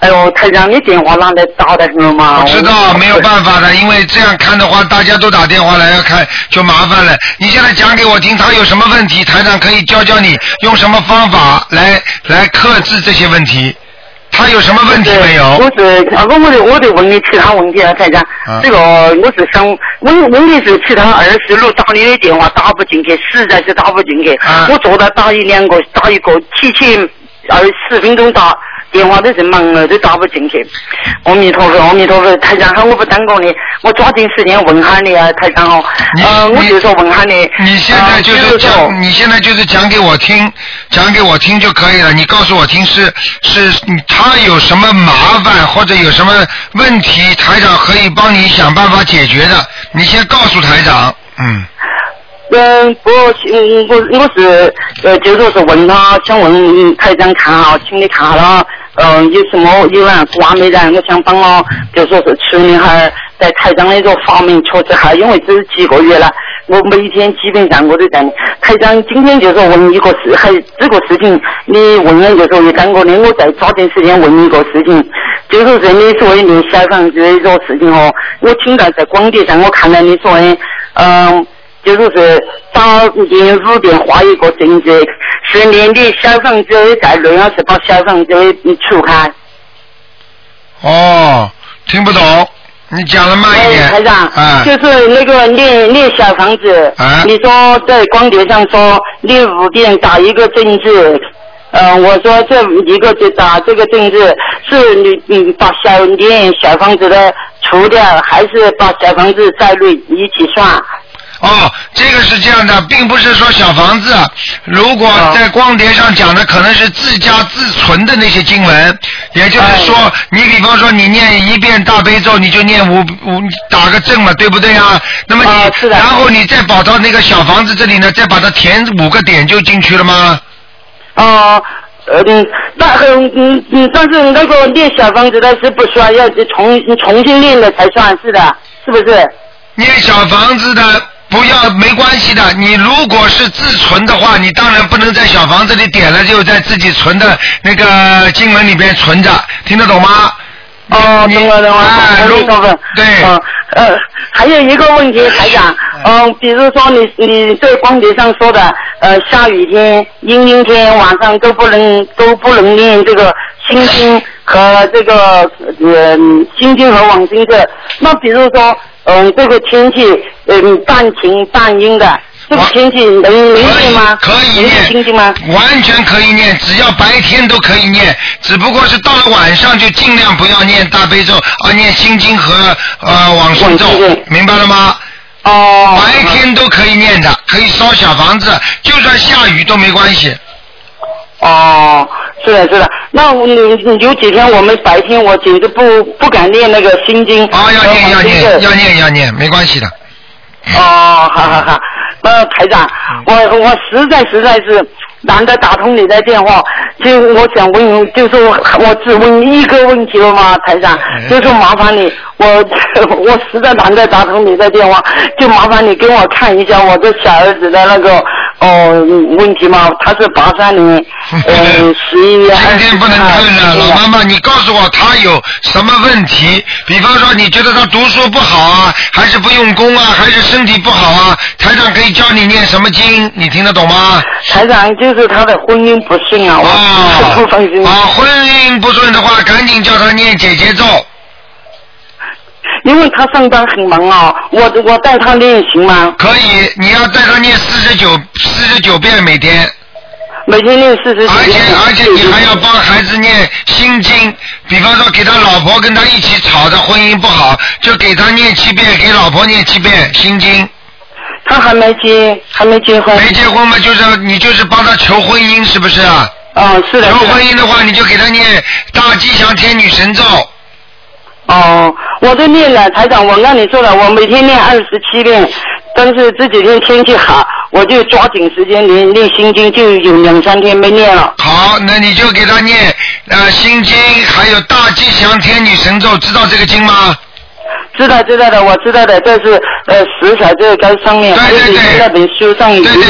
Speaker 9: 哎呦，台长，你电话啷个打的是嘛？
Speaker 8: 啊
Speaker 2: 我知道没有办法的，因为这样看的话，大家都打电话来要看就麻烦了。你现在讲给我听，他有什么问题，台长可以教教你用什么方法来来克制这些问题。他有什么问题
Speaker 9: 对
Speaker 2: 没有？
Speaker 9: 我是啊，我我得我得问你其他问题啊，台长。
Speaker 2: 嗯
Speaker 9: 这个我是想，我我也是其他二十六打你的电话打不进去，实在是打不进去。
Speaker 2: 嗯
Speaker 9: 我昨天打一两个，打一个提前
Speaker 8: 二十四分钟打电话都是忙了，都打不进去。阿弥陀佛，阿弥陀佛，台长好，我不耽搁你，我抓紧时间问下你啊，台长好。呃，我就说问下你。
Speaker 2: 你现在就
Speaker 8: 呃
Speaker 2: 是
Speaker 8: 比如说
Speaker 2: 讲，你现在就是讲给我听，讲给我听就可以了。你告诉我听是是你他有什么麻烦或者有什么问题，台长可以帮你想办法解决的。你先告诉台长，嗯，
Speaker 8: 嗯，我嗯我我是呃，就是说问他，想问台长看好，请你看好了，嗯、有什么有人瓜没人，我想帮我，就说是去年还在台长那个发明确实还，因为只是几个月了，我每天基本上我都在。台长今天就是问一个事，还这个事情你问了就是也感觉呢，我再抓紧时间问一个事情，就是说你所谓你小房子一个事情哦，我听到在广电上我看到你说的，嗯、就是说早零五点画一个正字，是年底小房子在六月十八小房子出开。
Speaker 2: 哦，听不懂，你讲的慢一点。
Speaker 8: 哎，台长，
Speaker 2: 啊
Speaker 8: 就是那个练练小房子，
Speaker 2: 啊
Speaker 8: 你说在光碟上说练五遍打一个正字。呃，我说这一个就打这个正字，是你你把小练小房子的除掉，还是把小房子再率一起算？
Speaker 2: 哦，这个是这样的，并不是说小房子，如果
Speaker 8: 哦
Speaker 2: 在光碟上讲的可能是自家自存的那些经文，也就是
Speaker 8: 哎
Speaker 2: 说，你比方说你念一遍大悲咒，你就念五五打个正嘛，对不对啊？那么
Speaker 8: 啊
Speaker 2: 你，
Speaker 8: 是的
Speaker 2: 然后你再跑到那个小房子这里呢，再把它填五个点就进去了吗？
Speaker 8: 哦，呃嗯，但嗯嗯嗯，但是那个练小房子的是不算，要重重新练了才算是的，是不是？
Speaker 2: 念小房子的不要没关系的，你如果是自存的话，你当然不能在小房子里点了，就在自己存的那个经文里边存着，听得懂吗？
Speaker 8: 哦，
Speaker 2: 你
Speaker 8: 懂了懂了，
Speaker 2: 哎
Speaker 8: 懂
Speaker 2: 如
Speaker 8: 了懂了。
Speaker 2: 对
Speaker 8: 嗯呃，还有一个问题，台长，嗯，比如说你你对光碟上说的，呃，下雨天、阴阴天晚上都不能都不能念这个心 经和这个呃心经和往生咒。那比如说，嗯、这个天气嗯半晴半阴的，这个
Speaker 2: 哇
Speaker 8: 天气能能
Speaker 2: 可
Speaker 8: 念
Speaker 2: 以
Speaker 8: 吗？
Speaker 2: 可以
Speaker 8: 能念心经吗
Speaker 2: 念？，完全可以念，只要白天都可以念，只不过是到了晚上就尽量不要念大悲咒，而念心经和呃往生咒
Speaker 8: 往生咒，
Speaker 2: 明白了吗？
Speaker 8: 哦，
Speaker 2: 白天都可以念的，可以烧小房子，就算下雨都没关系。
Speaker 8: 哦，是的，是的。那我你你有几天我们白天我简直不不敢念那个心经。
Speaker 2: 啊，要
Speaker 8: 哦
Speaker 2: 念要念要
Speaker 8: 念。
Speaker 2: 念要念，没关系的。
Speaker 8: 哦，好好好。那台长，我我实在实在是难得打通你的电话，就我想问，就是我我只问一个问题了嘛，台长
Speaker 2: 哎，
Speaker 8: 就是麻烦你，我我实在难得打通你的电话，就麻烦你给我看一下我的小儿子的那个哦问题嘛，他是八三年， 嗯，十一月
Speaker 2: 今天不能问了，老妈
Speaker 8: 妈。
Speaker 2: 妈，你告诉我他有什么问题？比方说，你觉得他读书不好啊，还是不用功啊，还是身体不好啊？台长可以教你念什么经，你听得懂吗？
Speaker 8: 台长就是他的婚姻不幸啊，我
Speaker 2: 啊
Speaker 8: 是不放心。
Speaker 2: 啊，婚姻不顺的话，赶紧叫他念姐姐咒。
Speaker 8: 因为他上班很忙啊，我我带他练行吗？
Speaker 2: 可以，你要带他念四十九四十九遍每天，
Speaker 8: 每天练四十
Speaker 2: 而
Speaker 8: 几
Speaker 2: 且
Speaker 8: 遍。
Speaker 2: 而且你还要帮孩子念心经，比方说给他老婆跟他一起吵的婚姻不好，就给他念七遍，给老婆念七遍心经。
Speaker 8: 他还没结，还没结婚。
Speaker 2: 没结婚嘛，就是你就是帮他求婚姻，是不是啊？
Speaker 8: 哦，是的。
Speaker 2: 求
Speaker 8: 是的
Speaker 2: 婚姻的话，你就给他念大吉祥天女神咒。
Speaker 8: 哦，我都练了，台长，我让你说了，我每天练二十七遍，但是这几天天气好，我就抓紧时间练练心经，就有两三天没练了。
Speaker 2: 好，那你就给他念呃心经，还有大吉祥天女神咒，知道这个经吗？
Speaker 8: 知道知道的，我知道的，这是呃食材这个该上面，
Speaker 2: 对对
Speaker 8: 还有你
Speaker 2: 对
Speaker 8: 那本书上有
Speaker 2: 对对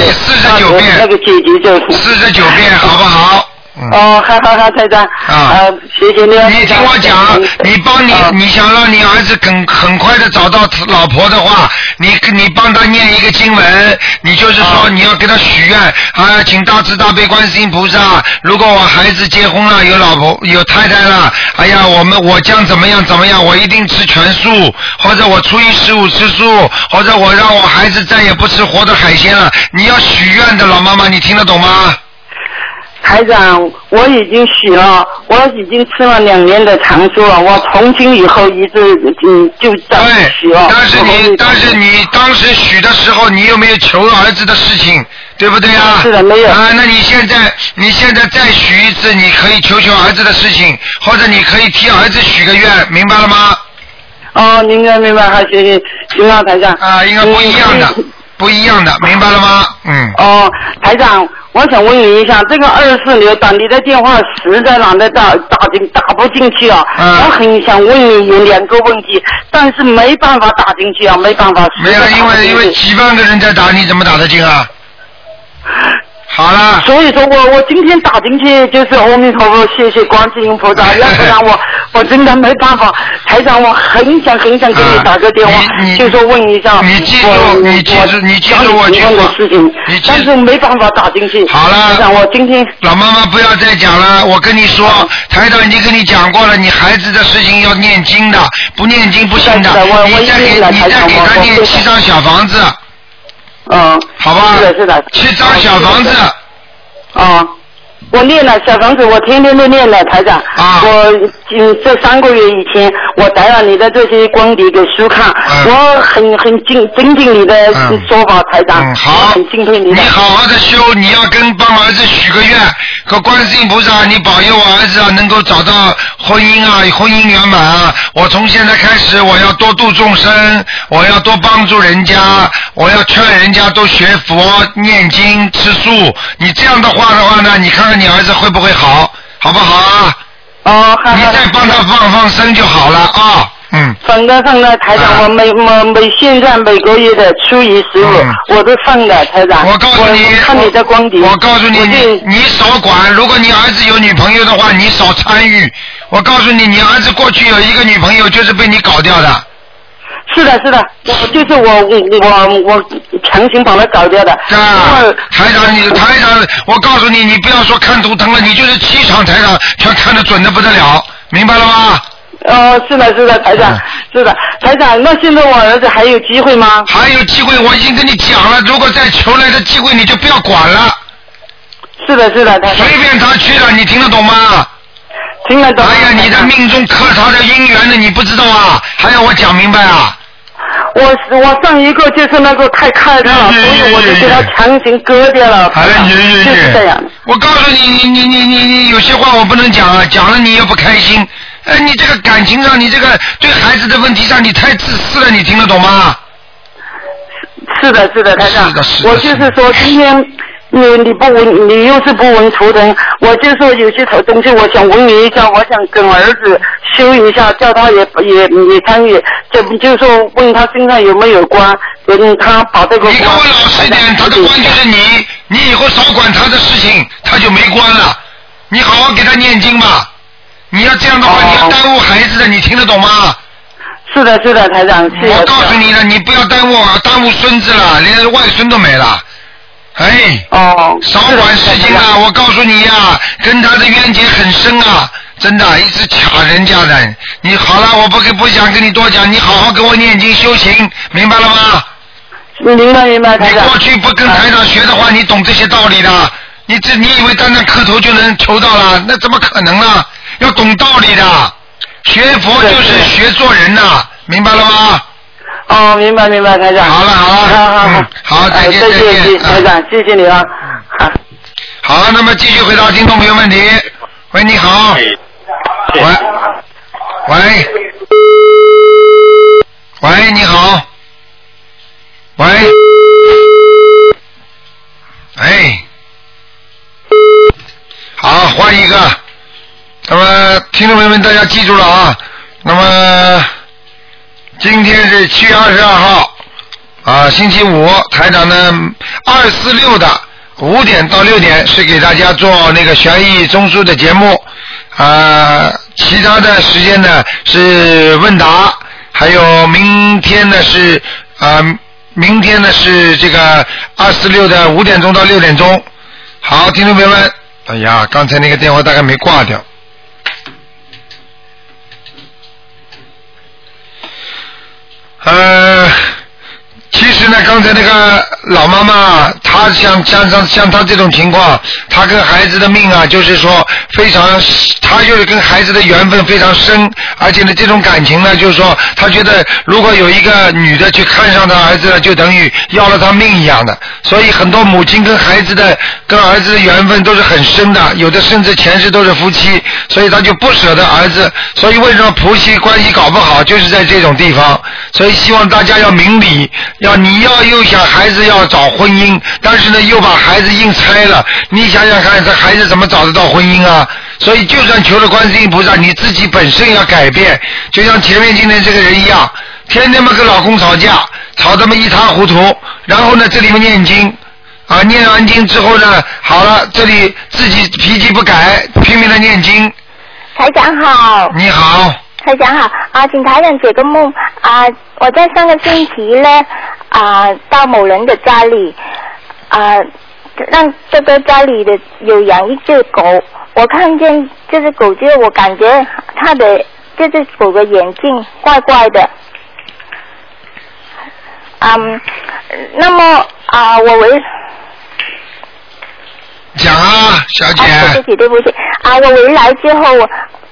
Speaker 2: 49遍嗯
Speaker 8: 那个姐姐就
Speaker 2: 四十九遍，好不好？嗯。
Speaker 8: 哦，好好好，台长。
Speaker 2: 啊
Speaker 8: 呃，谢谢你。
Speaker 2: 你听我讲，你帮你
Speaker 8: 啊，
Speaker 2: 你想让你儿子很很快的找到老婆的话，你你帮他念一个经文，你就是
Speaker 8: 啊
Speaker 2: 说你要给他许愿啊，请大慈大悲观世音菩萨，如果我孩子结婚了，有老婆有太太了，哎呀，我们我将怎么样怎么样，我一定吃全素，或者我初一十五吃素，或者我让我孩子再也不吃活的海鲜了，你要许愿的老妈妈，你听得懂吗？
Speaker 8: 台长，我已经许了，我已经吃了两年的长素了，我从今以后一直嗯就这样许了。
Speaker 2: 但是你，但是你当时许的时候，你有没有求儿子的事情，对不对啊？
Speaker 8: 是的没有
Speaker 2: 啊，那你现在，你现在再许一次，你可以求求儿子的事情，或者你可以替儿子许个愿，明白了吗？
Speaker 8: 哦，明白明白，好，行行行了，台长。
Speaker 2: 啊，应该不一样的
Speaker 8: 嗯，
Speaker 2: 不一样的，明白了吗？嗯。
Speaker 8: 哦，台长，我想问你一下，这个二四六打你的电话实在懒得打打进打不进去啊、
Speaker 2: 嗯
Speaker 8: 我很想问你有两个问题，但是没办法打进去啊，没办法。
Speaker 2: 没
Speaker 8: 实
Speaker 2: 有，
Speaker 8: 在打
Speaker 2: 因
Speaker 8: 不进
Speaker 2: 为
Speaker 8: 去
Speaker 2: 因为几万个人在打，你怎么打得进啊？好了，
Speaker 8: 所以说我我今天打进去就是阿弥陀佛，谢谢观世音菩萨，要不然我我真的没办法。台长，我很想很想给你打个电话，
Speaker 2: 啊你你
Speaker 8: 就说问一下，
Speaker 2: 你记住
Speaker 8: 我
Speaker 2: 你记住
Speaker 8: 我
Speaker 2: 你记住我
Speaker 8: 家
Speaker 2: 去
Speaker 8: 里情况的
Speaker 2: 过
Speaker 8: 事情
Speaker 2: 你，记
Speaker 8: 但是没办法打进去。
Speaker 2: 好了
Speaker 8: 台长，我今天
Speaker 2: 老妈妈不要再讲了，我跟你说，台长已经跟你讲过了，你孩子的事情要念经的，不念经不行的
Speaker 8: 是的是的我。
Speaker 2: 你
Speaker 8: 我一
Speaker 2: 再
Speaker 8: 定
Speaker 2: 给
Speaker 8: 来
Speaker 2: 你
Speaker 8: 台
Speaker 2: 再
Speaker 8: 长
Speaker 2: 给
Speaker 8: 我
Speaker 2: 他
Speaker 8: 我
Speaker 2: 念
Speaker 8: 会
Speaker 2: 七
Speaker 8: 的
Speaker 2: 张小房子，
Speaker 8: 嗯，
Speaker 2: 好吧？
Speaker 8: 是的，是的，
Speaker 2: 七张小房子，
Speaker 8: 啊。我练了小房子，我天天都练了，台长。
Speaker 2: 啊
Speaker 8: 我嗯，这三个月以前，我带了你的这些光碟给书看，
Speaker 2: 嗯
Speaker 8: 我很很敬尊敬你的
Speaker 2: 嗯
Speaker 8: 说法，台长。
Speaker 2: 嗯，好
Speaker 8: 很敬佩，你
Speaker 2: 你
Speaker 8: 的。
Speaker 2: 好好的修，你要跟帮儿子许个愿，和观世音菩萨，你保佑我儿子啊能够找到婚姻啊，婚姻圆满啊。我从现在开始，我要多度众生，我要多帮助人家，我要劝人家都学佛、念经、吃素。你这样的话的话呢，你看看你儿子会不会好，好不好啊？
Speaker 8: 哦，好
Speaker 2: 你
Speaker 8: 好
Speaker 2: 再
Speaker 8: 好。
Speaker 2: 帮他放放生就好了啊。嗯，
Speaker 8: 放的放的，台
Speaker 2: 啊
Speaker 8: 长，我每我每现在每个月的初一十五
Speaker 2: 嗯，
Speaker 8: 我都放的，台长。
Speaker 2: 我告诉你，
Speaker 8: 啊我看你的光碟。
Speaker 2: 我告诉你，
Speaker 8: 我
Speaker 2: 你
Speaker 8: 就
Speaker 2: 你少管。如果你儿子有女朋友的话，你少参与。我告诉你，你儿子过去有一个女朋友，就是被你搞掉的。
Speaker 8: 是的，是的，我就是我我我我强行把它搞掉的。
Speaker 2: 啊
Speaker 8: 因为，
Speaker 2: 台长，你台长，我告诉你，你不要说看图腾了，你就是气场台长全看得准的不得了，明白了吗？
Speaker 8: 哦，是的，是的，台长
Speaker 2: 嗯，
Speaker 8: 是的，台长，那现在我儿子还有机会吗？
Speaker 2: 还有机会，我已经跟你讲了，如果再求来的机会，你就不要管了，
Speaker 8: 是的，是的，台长
Speaker 2: 随，便他去了，你听得懂吗？
Speaker 8: 听得懂吗。
Speaker 2: 哎呀，你的
Speaker 8: 台长
Speaker 2: 命中克他的姻缘的，你不知道啊？还要我讲明白啊？
Speaker 8: 我我上一个就是那个太看他了，
Speaker 2: 嗯
Speaker 8: 所以我就给他
Speaker 2: 嗯
Speaker 8: 强行割掉了，
Speaker 2: 哎
Speaker 8: 台长，
Speaker 2: 呀呀
Speaker 8: 就
Speaker 2: 呀
Speaker 8: 是这样。
Speaker 2: 我告诉你，你你你你你有些话我不能讲啊，讲了你又不开心。哎，你这个感情上，你这个对孩子的问题上，你太自私了，你听得懂吗？
Speaker 8: 是的，是的，台长
Speaker 2: 是的是，的
Speaker 8: 我就是说今天。你你不闻，你又是不闻图腾，我就说有些头东西，我想问你一下，我想跟儿子修一下，叫他也也也参与，就就说问他身上有没有关，嗯，他把这个
Speaker 2: 你给
Speaker 8: 关
Speaker 2: 我老实一点，他的官就是你，你以后少管他的事情，他就没官了。你好好给他念经吧。你要这样的话，
Speaker 8: 哦
Speaker 2: 你要耽误孩子的，你听得懂吗？
Speaker 8: 是的，是的，台长，是的。
Speaker 2: 我告诉
Speaker 8: 是的
Speaker 2: 你了，你不要耽误啊，耽误孙子了，连外孙都没了。哎。
Speaker 8: 哦，
Speaker 2: 少管事情
Speaker 8: 啊！
Speaker 2: 啊！我告诉你呀、跟他的冤结很深啊，真的，一直卡人家的。你好了，我不跟不想跟你多讲，你好好给我念经修行，明白了吗？
Speaker 8: 明白明白，
Speaker 2: 你
Speaker 8: 台长。
Speaker 2: 过去不跟台长学的话，你懂这些道理的？你这你以为单单磕头就能求到了？那怎么可能呢？要懂道理的，学佛
Speaker 8: 是
Speaker 2: 就是
Speaker 8: 是
Speaker 2: 学做人呐、明白了吗？
Speaker 8: 哦，明白明白，台长。
Speaker 2: 好了好了
Speaker 8: 好好好
Speaker 2: 嗯，好再
Speaker 8: 哎
Speaker 2: 见
Speaker 8: 再
Speaker 2: 再见嗯
Speaker 8: 见，台长，谢谢你啊。好。
Speaker 2: 好，那么继续回答听众朋友问题。喂，你好。喂，喂，喂，你好。喂，哎，好，换一个。那么，听众朋友们，大家记住了啊。那么，今天是七月二十二号，啊，星期五，台长呢二四六的五点到六点是给大家做那个悬疑综述的节目，啊，其他的时间呢是问答，还有明天呢是啊，明天呢是这个二四六的五点钟到六点钟。好，听众朋友们，哎呀，刚才那个电话大概没挂掉。呃，其实是呢，刚才那个老妈妈，她像像像像她这种情况，她跟孩子的命啊，就是说非常，她就是跟孩子的缘分非常深，而且呢，这种感情呢，就是说，她觉得如果有一个女的去看上她儿子了，就等于要了他命一样的。所以很多母亲跟孩子的跟儿子的缘分都是很深的，有的甚至前世都是夫妻，所以她就不舍得儿子。所以为什么婆媳关系搞不好，就是在这种地方。所以希望大家要明理，要你要又想孩子要找婚姻，但是呢又把孩子硬拆了，你想想看，这孩子怎么找得到婚姻啊？所以就算求了观世音菩萨，你自己本身要改变，就像前面今天这个人一样，天天嘛跟老公吵架，吵得么一塌糊涂，然后呢这里面念经。啊，念完经之后呢，好了，这里自己脾气不改，拼命的念经。
Speaker 10: 台长好。
Speaker 2: 你好。
Speaker 10: 台长好啊，请台长解个梦啊！我在上个星期呢啊到某人的家里啊，让这个家里的有养一只狗，我看见这只狗就我感觉它的这只狗的眼睛怪怪的，嗯，那么啊我为
Speaker 2: 讲啊，小姐。
Speaker 10: 啊，对不起，对不起啊！我回来之后，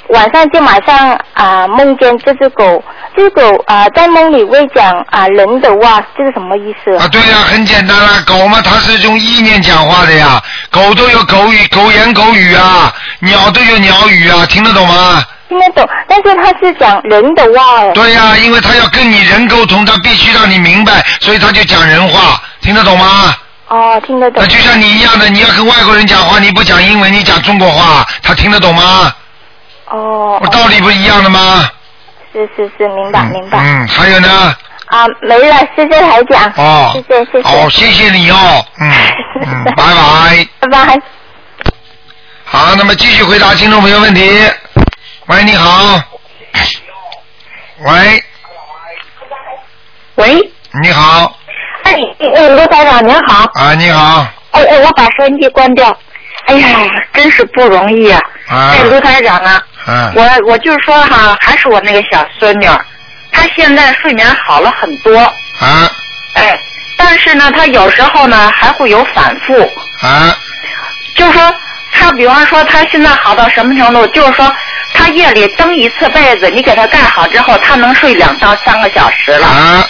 Speaker 10: 晚上就马上啊、梦见这只狗，这只狗啊、在梦里会讲啊、人的话，这是什么意思？
Speaker 2: 啊，对呀、很简单啦、狗嘛，它是用意念讲话的呀，狗都有狗语、狗言狗语啊，鸟都有鸟语啊，听得懂吗？
Speaker 10: 听得懂，但是它是讲人的话哎。
Speaker 2: 对呀、因为它要跟你人沟通，它必须让你明白，所以它就讲人话，听得懂吗？
Speaker 10: 哦，听得懂。
Speaker 2: 那就像你一样的，你要跟外国人讲话，你不讲英文，你讲中国话，他听得懂吗？
Speaker 10: 哦。
Speaker 2: 道理不一样的吗？
Speaker 10: 是是是，明白明白。
Speaker 2: 嗯，还有呢？
Speaker 10: 啊，没了，谢谢台长。
Speaker 2: 哦
Speaker 10: 谢谢谢谢。
Speaker 2: 好，谢谢你哦，嗯嗯，拜拜。
Speaker 10: 拜哎拜。
Speaker 2: 好，那么继续回答听众朋友问题。喂，你好。喂，
Speaker 8: 喂，
Speaker 2: 你好，
Speaker 8: 哎，哎，罗台长您好，
Speaker 2: 啊，你好，
Speaker 8: 哎哎，我把收音机关掉，哎呀，真是不容易啊！
Speaker 2: 啊
Speaker 8: 哎，卢台长啊，
Speaker 2: 嗯，
Speaker 8: 我我就说哈、还是我那个小孙女儿，她现在睡眠好了很多，
Speaker 2: 啊
Speaker 8: 哎，但是呢，她有时候呢还会有反复，
Speaker 2: 啊
Speaker 8: 就说她，比方说她现在好到什么程度，就是说她夜里蹬一次被子，你给她盖好之后，她能睡两到三个小时了。
Speaker 2: 啊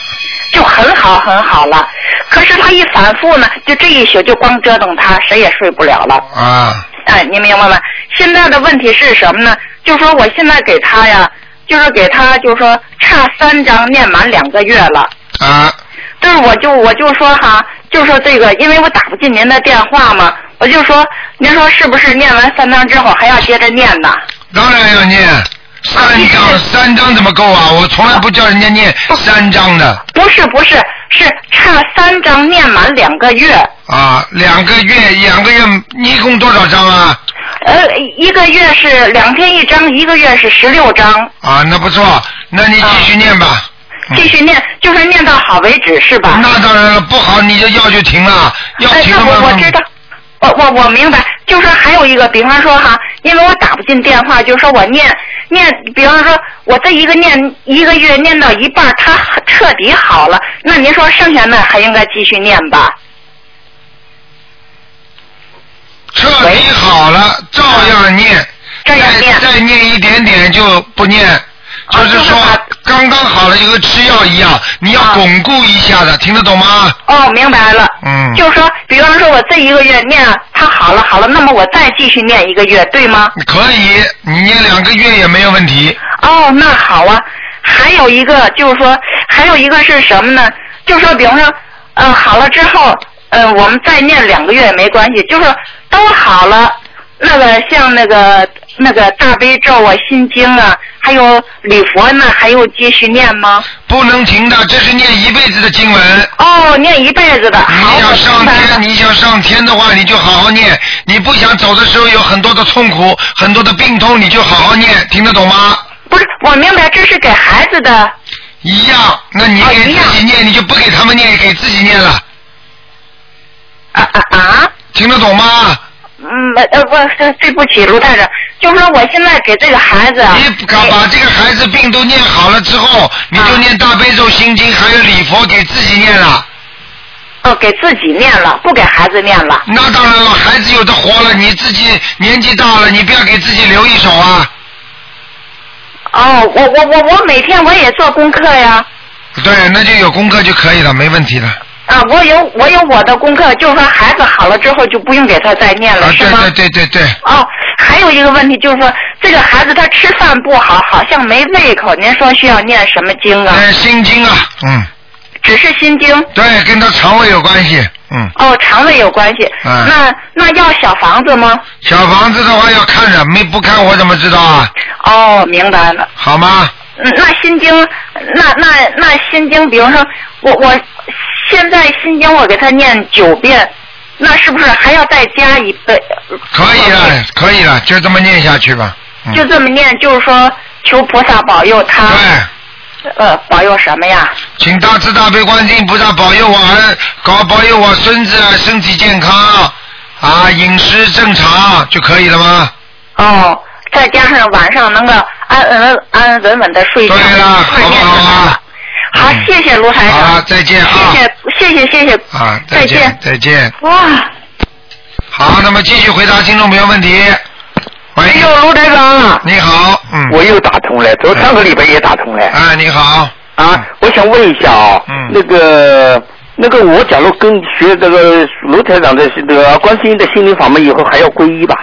Speaker 8: 就很好很好了。可是他一反复呢，就这一宿就光折腾他，谁也睡不了了。
Speaker 2: 啊
Speaker 8: 哎，您明白吗？现在的问题是什么呢？就说我现在给他呀，就是给他，就是说差三张念满两个月了。
Speaker 2: 啊
Speaker 8: 但是我就我就说哈，就说这个，因为我打不进您的电话嘛，我就说，您说是不是念完三张之后还要接着念呢？
Speaker 2: 当然要念三张，三张怎么够啊？我从来不叫人家念三张的
Speaker 8: 不是不是，是差三张念满两个月。
Speaker 2: 啊，两个月，两个月你一共多少张啊？
Speaker 8: 呃，一个月是两天一张，一个月是十六张，
Speaker 2: 啊，那不错，那你继续念吧。
Speaker 8: 继续念，就是念到好为止，是吧？
Speaker 2: 嗯那当然了，不好你就药就停了，药
Speaker 8: 哎，
Speaker 2: 停
Speaker 8: 那
Speaker 2: 了慢
Speaker 8: 我我
Speaker 2: 慢
Speaker 8: 知道，我我我明白。就说还有一个，比方说哈，因为我打不进电话，就说我念念，比方说我这一个念一个月念到一半儿，他彻底好了，那您说剩下那还应该继续念吧？
Speaker 2: 彻底好了，照样念，
Speaker 8: 照样念哦
Speaker 2: 再再念一点点就不念，就是说刚刚好了，就跟吃药一样，你要巩固一下的，听得懂吗？
Speaker 8: 哦，明白了。
Speaker 2: 嗯
Speaker 8: 就说，比方说我这一个月念他好了好了，那么我再继续念一个月，对吗？
Speaker 2: 可以，你念两个月也没有问题。
Speaker 8: 哦，那好啊。还有一个就是说，还有一个是什么呢？就是说，比方说，嗯，好了之后，嗯，我们再念两个月也没关系，就是都好了。那个像那个那个大悲咒啊、心经啊，还有礼佛呢，还有继续念吗？
Speaker 2: 不能停的，这是念一辈子的经文。
Speaker 8: 哦，念一辈子的。好，
Speaker 2: 你
Speaker 8: 我
Speaker 2: 想上
Speaker 8: 明白了
Speaker 2: 天，你想上天的话，你就好好念；你不想走的时候有很多的痛苦、很多的病痛，你就好好念，听得懂吗？
Speaker 8: 不是，我明白，这是给孩子的。
Speaker 2: 一样，那你
Speaker 8: 哦
Speaker 2: 给
Speaker 8: 一样
Speaker 2: 自己念，你就不给他们念，给自己念了，
Speaker 8: 啊啊啊！
Speaker 2: 听得懂吗？
Speaker 8: 嗯，呃，不是，对不起，卢太太，就是说我现在给这个孩子啊，
Speaker 2: 你敢把这个孩
Speaker 8: 啊
Speaker 2: 子病都念好了之后，你就念大悲咒心经，还有礼佛给自己念了。
Speaker 11: 哦，给自己念了，不给孩子念了。
Speaker 2: 那当然了，孩子有的活了，你自己年纪大了，你不要给自己留一手啊。
Speaker 11: 哦，我我我我每天我也做功课呀，
Speaker 2: 对，那就有功课就可以了，没问题的。
Speaker 11: 啊，我有我有我的功课，就是说孩子好了之后就不用给他再念了，是吗？
Speaker 2: 啊对对对对，
Speaker 11: 哦，还有一个问题就是说，这个孩子他吃饭不好，好像没胃口，您说需要念什么经啊？
Speaker 2: 哎，心经啊，嗯。
Speaker 11: 只是心经。
Speaker 2: 对，跟他肠胃有关系，嗯。
Speaker 11: 哦，肠胃有关系。
Speaker 2: 嗯
Speaker 11: 那那要小房子吗？
Speaker 2: 小房子的话要看着，没不看我怎么知道啊？
Speaker 11: 哦，明白了。
Speaker 2: 好吗？
Speaker 11: 嗯那心经，那那那心经，比如说我我现在心经我给他念九遍，那是不是还要再加一倍？
Speaker 8: 呃
Speaker 2: 可以了，可以了，就这么念下去吧。嗯
Speaker 11: 哦就这么念，就是说求菩萨保佑他。呃，保佑什么呀？
Speaker 2: 请大慈大悲观世音菩萨保佑我儿，搞保佑我孙子啊身体健康，啊，饮食正常就可以了吗？
Speaker 11: 哦，再加上晚上能够安
Speaker 8: 呃
Speaker 11: 安安安稳稳的睡觉，对了，快念好了。好，谢谢卢台长。
Speaker 2: 啊嗯好，再见啊！
Speaker 11: 谢谢谢谢谢谢。
Speaker 2: 啊，
Speaker 11: 再
Speaker 2: 再见
Speaker 11: 见，
Speaker 2: 再见。
Speaker 11: 哇。
Speaker 2: 好，那么继续回答听众朋友问题。喂，
Speaker 12: 哎呦，卢台
Speaker 11: 啊
Speaker 12: 长，
Speaker 2: 你好，嗯，
Speaker 12: 我又打通了，昨上个礼拜也打通了。
Speaker 2: 啊，你好，
Speaker 12: 啊，我想问一下啊，嗯，那个那个，我假如跟学这个卢台长的这个观世音的心灵法门以后，还要皈依吧？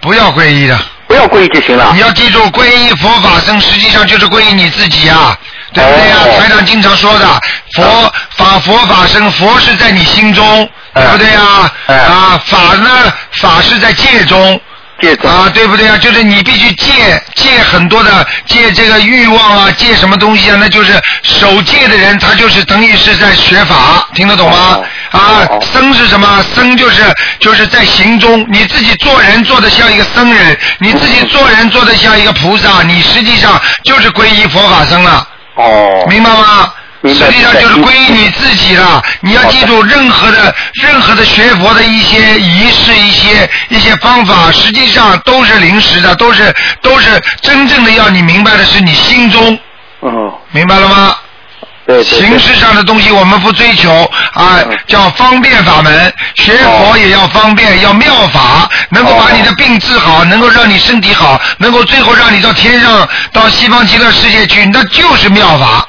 Speaker 2: 不要皈依的，
Speaker 12: 不要皈依就行了。
Speaker 2: 你要记住，皈依佛法僧实际上就是皈依你自己呀、对不对呀、
Speaker 11: 哦
Speaker 2: 台长经常说的，
Speaker 11: 嗯
Speaker 2: 佛法佛法僧，佛是在你心中，对不对呀、啊？
Speaker 11: 嗯
Speaker 2: 法呢，法是在戒中。
Speaker 12: 戒
Speaker 2: 中啊，对不对啊？就是你必须戒戒很多的戒这个欲望啊，戒什么东西啊？那就是守戒的人，他就是等于是在学法，听得懂吗？啊，僧是什么？僧就是就是在行中，你自己做人做的像一个僧人，你自己做人做的像一个菩萨，你实际上就是皈依佛法僧了。
Speaker 12: 哦，
Speaker 2: 明白吗？
Speaker 12: 明白
Speaker 2: 实际上就是皈依你自己了。你要记住，任何的、任何的学佛的一些仪式、一些一些方法，实际上都是临时的，都是都是真正的要你明白的是你心中。
Speaker 12: 哦，
Speaker 2: 明白了吗？
Speaker 12: 对嗯
Speaker 2: 形式上的东西我们不追求啊，叫方便法门，学
Speaker 12: 哦
Speaker 2: 佛也要方便，要妙法，能够把你的病治好，能够让你身体好，能够最后让你到天上，到西方极乐世界去，那就是妙法。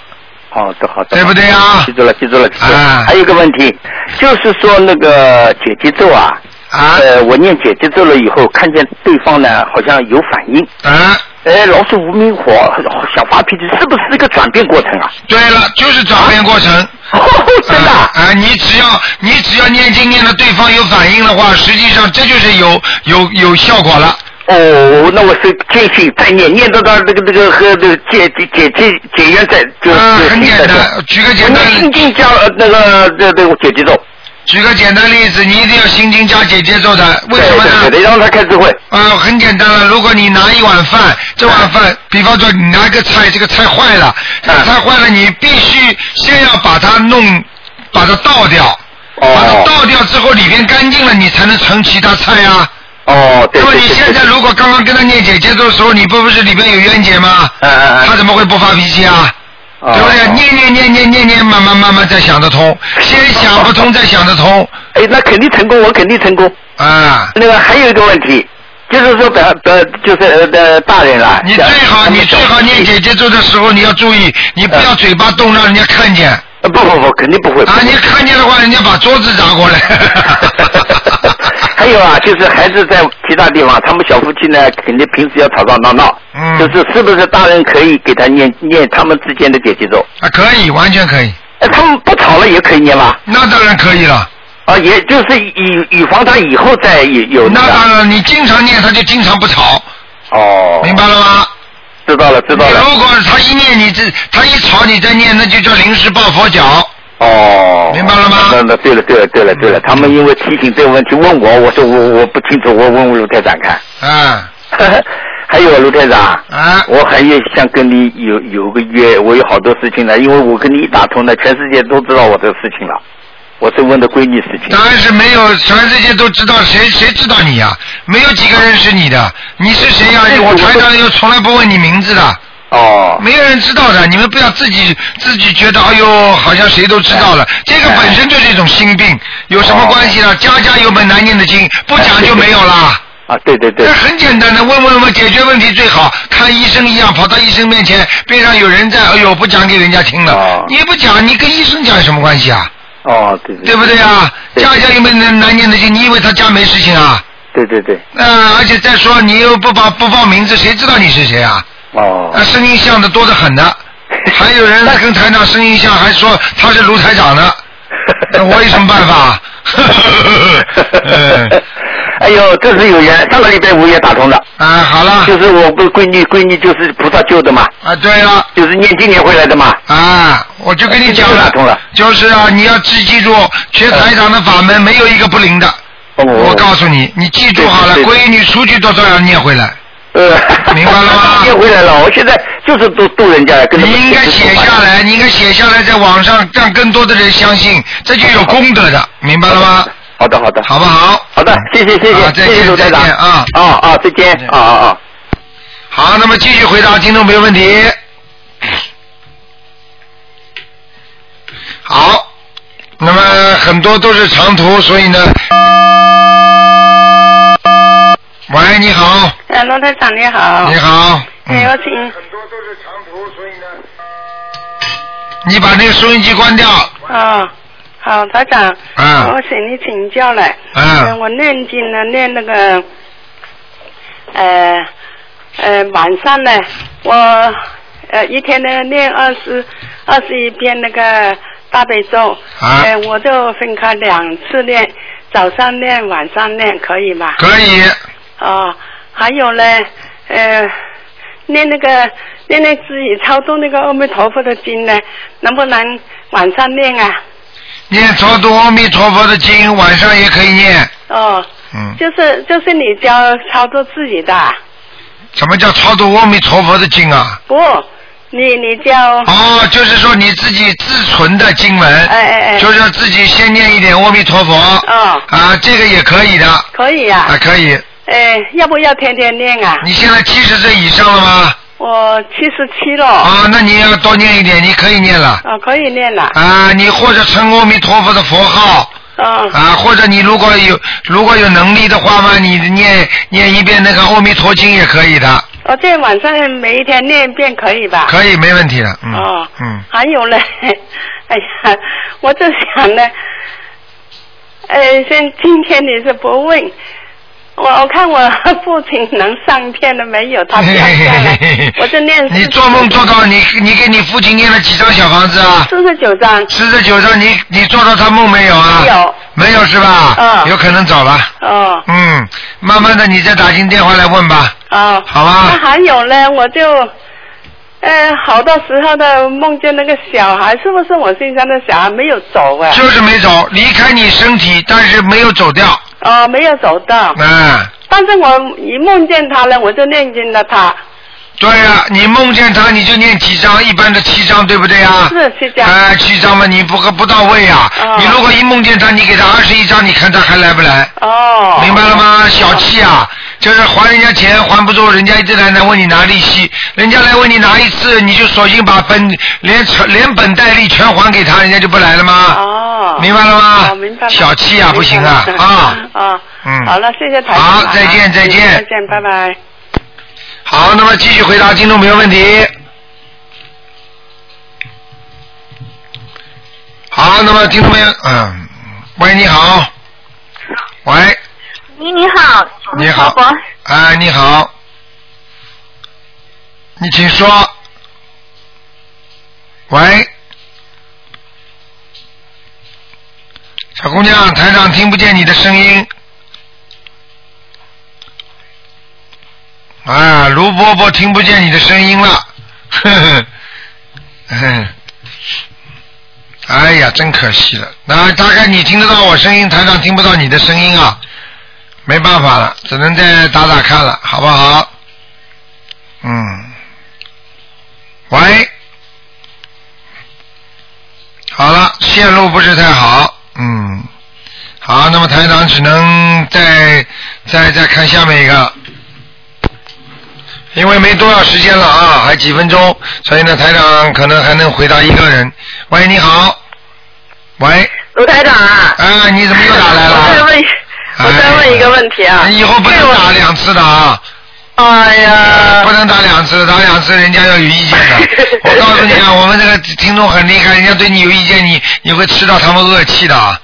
Speaker 12: 好的，好的，
Speaker 2: 对不对啊
Speaker 12: 记住了，记住了，记住了。还有一个问题，就是说那个解结咒啊，
Speaker 2: 啊，
Speaker 12: 呃，我念解结咒了以后，看见对方呢好像有反应，
Speaker 2: 啊，
Speaker 12: 哎，老是无名火，想发脾气，是不是一个转变过程啊？
Speaker 2: 对了，就是转变过程。真的啊、啊你只要你只要念经念了，对方有反应的话，实际上这就是有有有效果了。
Speaker 12: 哦，那我是继续再念，念到到这个这个和这个解解解解解冤在就
Speaker 2: 啊
Speaker 12: 就
Speaker 2: 很
Speaker 12: 行
Speaker 2: 简
Speaker 12: 了
Speaker 2: 单，举个简单
Speaker 12: 我念心经加呃那个这这个解结咒，
Speaker 2: 举个简单例子，你一定要心经加姐姐咒的，为什么呢？
Speaker 12: 对对对，让他开智慧。
Speaker 2: 啊、很简单了。如果你拿一碗饭，这碗
Speaker 12: 啊
Speaker 2: 饭，比方说你拿一个菜，这个菜坏了，这个菜坏了，你必须先要把它弄，把它倒掉，
Speaker 12: 哦
Speaker 2: 把它倒掉之后里边干净了，你才能盛其他菜啊呀、
Speaker 12: 哦，对
Speaker 2: 那么
Speaker 12: 对
Speaker 2: 你现在如果刚刚跟他念姐姐咒的时候，你不不是里边有冤结吗？
Speaker 12: 嗯嗯嗯
Speaker 2: 他怎么会不发脾气啊？
Speaker 12: 哦
Speaker 2: 对不对？念念念念念念，慢慢慢慢再想得通，先想不通再想得通。
Speaker 12: 哎，那肯定成功，我肯定成功。
Speaker 2: 啊，
Speaker 12: 那个还有一个问题，就是说表表就是呃呃大人了，
Speaker 2: 你最好你最好念姐姐咒的时候，你要注意，你不要嘴巴动，让人家看见。
Speaker 12: 呃不不不，肯定不会。
Speaker 2: 啊，你看 见的话，人家把桌子砸过来。
Speaker 12: 还有啊，就是孩子在其他地方，他们小夫妻呢，肯定平时要吵吵闹闹。
Speaker 2: 嗯
Speaker 12: 就是是不是大人可以给他念念他们之间的解结咒？
Speaker 2: 啊，可以，完全可以。
Speaker 12: 哎，他们不吵了也可以念吗？
Speaker 2: 那当然可以了。
Speaker 12: 啊，也就是以以防他以后再有有
Speaker 2: 那当然了，你经常念，他就经常不吵，
Speaker 12: 哦，
Speaker 2: 明白了吗？
Speaker 12: 知道了知道了。
Speaker 2: 如果他一念你这，他一吵你再念，那就叫临时抱佛脚。
Speaker 12: 哦，明白了吗？那那对了对了对了对
Speaker 2: 嗯
Speaker 12: 了，他们因为提醒这个问题问我，我说我我不清楚，我问卢台长看。
Speaker 2: 嗯，
Speaker 12: 还有卢台长，
Speaker 2: 啊，
Speaker 12: 我还也想跟你有有个约，我有好多事情呢，因为我跟你一打通呢，全世界都知道我的事情了，我是问的闺女事情。
Speaker 2: 当然是没有，全世界都知道，谁谁知道你啊呀、没有几个人是你的，你是谁呀、啊
Speaker 12: 对
Speaker 2: 我
Speaker 12: 哎我
Speaker 2: 台长又从来不问你名字的。
Speaker 12: 哦，
Speaker 2: 没有人知道的，你们不要自己自己觉得，哎呦，好像谁都知道了。
Speaker 12: 哎
Speaker 2: 这个本身就是一种心病，有
Speaker 12: 哦
Speaker 2: 什么关系啊？家家有本难念的经，不讲就没有啦。
Speaker 12: 啊，对对对
Speaker 2: 这，很简单的，问问问，解决问题最好。看医生一样，跑到医生面前，边上有人在，哎呦，不讲给人家听了。你不讲，你跟医生讲有什么关系啊？
Speaker 12: 哦，对对，
Speaker 2: 对不对啊？家家有本难难念的经，你以为他家没事情啊？
Speaker 12: 对对对，
Speaker 2: 呃，而且再说你又不报不报名字，谁知道你是谁啊？
Speaker 12: 哦，
Speaker 2: 啊，声音像的多得很呢。还有人跟台长声音像，还说他是卢台长呢，那我有什么办法？ 嗯
Speaker 12: 哎呦，真是有缘，上个礼拜我也打通了。
Speaker 2: 啊，好了。
Speaker 12: 就是我不闺女，闺女就是菩萨救的嘛。
Speaker 2: 啊，对了。
Speaker 12: 就是念经年回来的嘛。
Speaker 2: 啊，我就跟你讲
Speaker 12: 打
Speaker 2: 了，
Speaker 12: 通了。
Speaker 2: 就是啊，你要记记住，学台长的法
Speaker 12: 嗯
Speaker 2: 门没有一个不灵的。我告诉你，你记住好了，
Speaker 12: 哦对对对
Speaker 2: 闺女出去都照样念回来。
Speaker 12: 呃，明白了吗？ 念回来了，我现在就是度度人家，跟
Speaker 2: 你应该写下来，你应该写下来，在网上让更多的人相信，这就有功德的，明白了吗？
Speaker 12: 好的，好的，
Speaker 2: 好不好？
Speaker 12: 好的，谢谢谢谢
Speaker 2: 啊、再
Speaker 12: 谢谢
Speaker 2: 见
Speaker 12: 卢
Speaker 2: 再
Speaker 12: 台
Speaker 2: 见
Speaker 12: 长
Speaker 2: 啊！
Speaker 12: 啊啊，再见啊啊啊！
Speaker 2: 好，那么继续回答听众朋友问题。好，那么很多都是长途，所以呢，喂，你好，
Speaker 5: 哎，罗台长你好。
Speaker 2: 你。好，嗯
Speaker 5: 哎，我请。
Speaker 2: 你把那个收音机关掉，
Speaker 5: 哦，好，台长。
Speaker 2: 嗯
Speaker 5: 我请你请教了。
Speaker 2: 嗯
Speaker 5: 哦呃我念经呢，念那个，呃呃，晚上呢，我呃一天呢念二十二十一遍那个大悲咒。
Speaker 2: 啊
Speaker 5: 呃，我就分开两次念，早上念，晚上念，可以吗？
Speaker 2: 可以，
Speaker 5: 哦，还有呢，呃，念那个念那自己操作那个阿弥陀佛的经呢，能不能晚上念啊？
Speaker 2: 念超度阿弥陀佛的经，晚上也可以念。
Speaker 5: 哦，
Speaker 2: 嗯，
Speaker 5: 就是就是你教操作自己的啊、
Speaker 2: 什么叫超度阿弥陀佛的经啊？
Speaker 5: 不，你你教
Speaker 2: 哦，就是说你自己自存的经文，
Speaker 5: 哎哎哎
Speaker 2: 就是要自己先念一点阿弥陀佛，
Speaker 5: 哦
Speaker 2: 啊，这个也可以的，
Speaker 5: 可以呀、
Speaker 2: 啊，可以。
Speaker 5: 哎，要不要天天念啊？
Speaker 2: 你现在七十岁以上了吗？
Speaker 5: 我七十七了。
Speaker 2: 啊，那你要多念一点，你可以念了。
Speaker 5: 哦，可以念了。
Speaker 2: 啊，你或者称阿弥陀佛的佛号，
Speaker 5: 哦
Speaker 2: 啊，或者你如果有如果有能力的话嘛，你念念一遍那个阿弥陀经也可以的，
Speaker 5: 我这晚上每一天念一遍可以吧？
Speaker 2: 可以没问题的，嗯
Speaker 5: 哦，
Speaker 2: 嗯，
Speaker 5: 还有呢， 哎呀，我就想呢，呃，先今天你是不问，我我看我父亲能上天了没有？他不要下来， 我就念
Speaker 2: 你做梦做到你你给你父亲念了几张小房子啊？
Speaker 5: 四十九张。
Speaker 2: 四十九张，你你做到他梦没有啊？
Speaker 5: 没有。
Speaker 2: 没有是吧？
Speaker 5: 嗯
Speaker 2: 有可能早了。
Speaker 5: 哦
Speaker 2: 嗯，慢慢的你再打进电话来问吧。
Speaker 5: 哦，
Speaker 2: 好吧
Speaker 5: 那还有呢，我就。呃，好多时候的梦见那个小孩，是不是我身上的小孩没有走啊？
Speaker 2: 就是没走，离开你身体，但是没有走掉。
Speaker 5: 哦，没有走到。
Speaker 2: 嗯，
Speaker 5: 但是我一梦见他了，我就念经了他。
Speaker 2: 对呀、你梦见他你就念几张，一般的七张，对不对啊？
Speaker 5: 是嗯七张。
Speaker 2: 哎、七张嘛，你不不到位啊。你如果一梦见他，你给他二十一张，你看他还来不来？
Speaker 5: 哦。
Speaker 2: 明白了吗？小气啊，就是还人家钱还不住，人家一直来来问你拿利息，人家来问你拿一次，你就索性把本连成连本带利全还给他，人家就不来了吗？
Speaker 5: 哦。
Speaker 2: 啊明白了吗？
Speaker 5: 哦明白了
Speaker 2: 小气啊，不行啊
Speaker 5: 明白了
Speaker 2: 啊！
Speaker 5: 啊，
Speaker 2: 嗯
Speaker 5: 好了，谢谢台长啊。
Speaker 2: 好再见再见
Speaker 5: 再见，拜拜。
Speaker 2: 好，那么继续回答听众朋友问题。好，那么听众朋友，嗯，喂，你好，喂，
Speaker 13: 你你好，
Speaker 2: 你好
Speaker 13: 伯伯，
Speaker 2: 哎，你好，你请说。喂，小姑娘，台长听不见你的声音。啊，卢伯伯听不见你的声音了， 呵呵，嗯，哎呀，真可惜了。那大概你听得到我声音，台长听不到你的声音啊，没办法了，只能再打打看了，好不好？嗯，喂，好了，线路不是太好，嗯，好，那么台长只能再再再看下面一个。哎，因为没多少时间了啊，还几分钟，所以呢，台长可能还能回答一个人。喂，你好，喂，
Speaker 5: 卢台长啊！
Speaker 2: 啊，你怎么又打来了？哎
Speaker 5: 我再问，我再问一个问题啊！
Speaker 2: 以后不能打两次的啊。
Speaker 5: 哎呀，
Speaker 2: 不能打两次，打两次人家要有意见 的。我告诉你啊，我们这个听众很厉害，人家对你有意见，你你会吃到他们恶气的啊。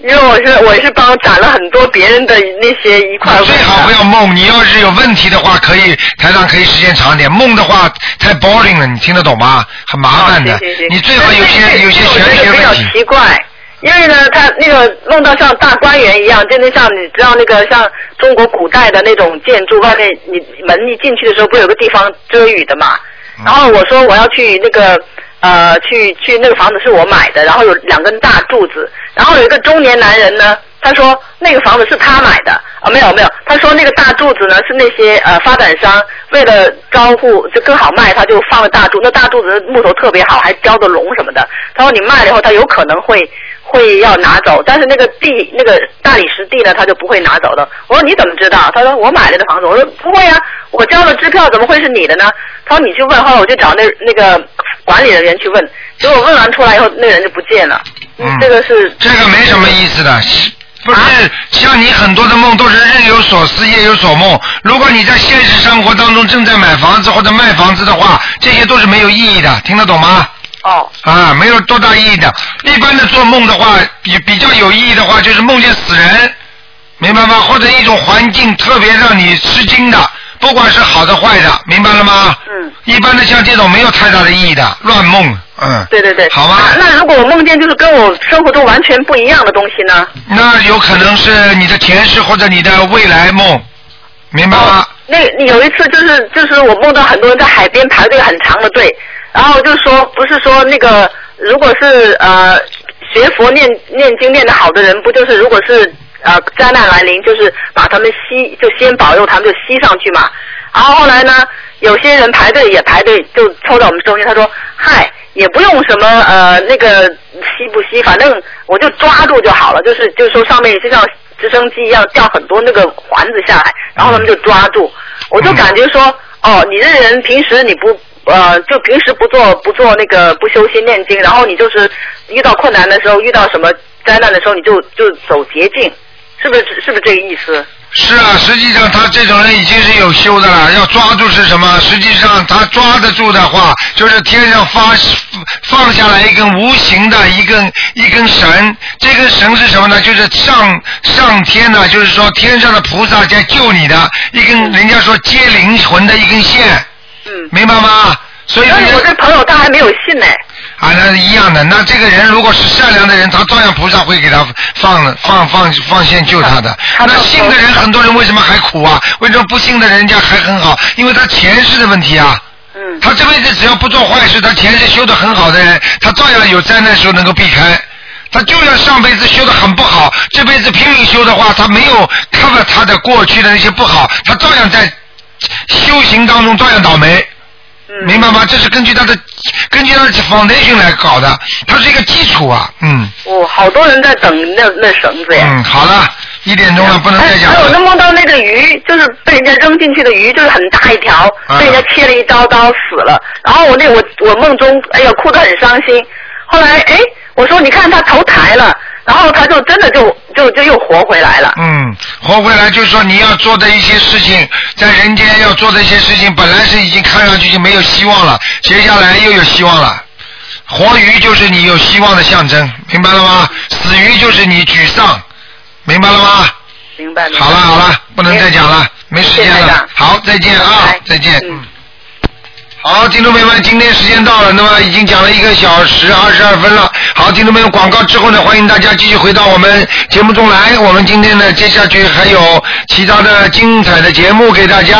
Speaker 5: 因为我是我是帮攒了很多别人的那些一块儿
Speaker 2: 啊最好不要梦，你要是有问题的话，可以台上可以时间长点。梦的话太 boring 了，你听得懂吗？很麻烦的。
Speaker 5: 哦行行行
Speaker 2: 你最好有
Speaker 5: 但
Speaker 2: 些
Speaker 5: 是
Speaker 2: 有些
Speaker 5: 我
Speaker 2: 玄
Speaker 5: 觉
Speaker 2: 学
Speaker 5: 得比较
Speaker 2: 问题。
Speaker 5: 奇怪，因为呢，他那个弄到像大观园一样，真的像你知道那个像中国古代的那种建筑，外面你门一进去的时候，不是有个地方遮雨的嘛？
Speaker 2: 嗯
Speaker 5: 然后我说我要去那个呃去去那个房子是我买的，然后有两根大柱子，然后有一个中年男人呢，他说那个房子是他买的啊，没有没有，他说那个大柱子呢是那些呃发展商为了招呼就更好卖，他就放了大柱，那大柱子木头特别好，还雕的龙什么的，他说你卖了以后他有可能会。会要拿走，但是那个地那个大理石地呢，他就不会拿走的。我说你怎么知道？他说我买了的房子。我说不会啊，我交了支票，怎么会是你的呢？他说你去问，后来我就找那那个管理人员去问，结果问完出来以后，那人就不见了。
Speaker 2: 嗯，
Speaker 5: 这个是
Speaker 2: 这个没什么意思的，是不是、像你很多的梦都是日有所思夜有所梦。如果你在现实生活当中正在买房子或者卖房子的话，这些都是没有意义的，听得懂吗？
Speaker 5: 哦。
Speaker 2: 啊，没有多大意义的。一般的做梦的话，比比较有意义的话，就是梦见死人，明白吗？或者一种环境特别让你吃惊的，不管是好的坏的，明白了吗？嗯。一般的像这种没有太大的意义的乱梦，嗯。
Speaker 5: 对对对。
Speaker 2: 好吗？
Speaker 5: 那如果我梦见就是跟我生活中完全不一样的东西呢？
Speaker 2: 那有可能是你的前世或者你的未来梦，明白吗？
Speaker 5: 哦那你有一次就是就是我梦到很多人在海边排队很长的队，然后就说不是说那个如果是呃学佛念念经念得好的人，不就是如果是呃灾难来临，就是把他们吸就先保佑他们就吸上去嘛。然后后来呢，有些人排队也排队，就抽到我们中间，他说嗨。也不用什么呃那个吸不吸，反正我就抓住就好了，就是就是说上面就像直升机一样掉很多那个环子下来，然后他们就抓住，我
Speaker 2: 嗯
Speaker 5: 就感觉说，哦，你这人平时你不呃，就平时不做不做那个不修心念经，然后你就是遇到困难的时候，遇到什么呃灾难的时候，你就就走捷径，是不是是不是这个意思？
Speaker 2: 是啊，实际上他这种人已经是有修的了。要抓住是什么？实际上他抓得住的话，就是天上发放下来一根无形的一根一根绳。这根绳是什么呢？就是上上天呢、就是说天上的菩萨在救你的一根，人家说接灵魂的一根线。嗯。明白吗？所以
Speaker 5: 但是我这朋友他还没有信呢。
Speaker 2: 啊，那是一样的。那这个人如果是善良的人，他照样菩萨会给他放了放放放线救他的。那信的人，很多人为什么还苦啊？为什么不信的人家还很好？因为他前世的问题啊。嗯。他这辈子只要不做坏事，他前世修的很好的人，他照样有灾难的时候能够避开。他就算上辈子修的很不好，这辈子拼命修的话，他没有 cover 他的过去的那些不好，他照样在修行当中照样倒霉。
Speaker 5: 嗯
Speaker 2: 明白吗？这是根据他的根据他的 foundation 来搞的，它是一个基础啊。嗯
Speaker 5: 哦，好多人在等那那绳子呀。
Speaker 2: 嗯，好了，一点钟嗯了，不能再讲
Speaker 5: 还有那
Speaker 2: 了。
Speaker 5: 梦到那个鱼，就是被人家扔进去的鱼，就是很大一条，
Speaker 2: 啊
Speaker 5: 被人家切了一刀刀死了。然后我那我我梦中，哎呀哭得很伤心。后来哎，我说你看他投胎了，然后他就真的就就就又活回来了。
Speaker 2: 嗯，活回来就是说你要做的一些事情，在人间要做的一些事情，本来是已经看上去就没有希望了，接下来又有希望了。活鱼就是你有希望的象征，明白了吗？死鱼就是你沮丧，明白了吗？
Speaker 5: 明白
Speaker 2: 好了好了，不能再讲了，没时间
Speaker 5: 谢谢台
Speaker 2: 了
Speaker 5: 长。
Speaker 2: 好，再见啊，再见。嗯。好，听众朋友们，今天时间到了，那么已经讲了一个小时二十二分了。好，听众朋友，广告之后呢，欢迎大家继续回到我们节目中来。我们今天呢，接下去还有其他的精彩的节目给大家。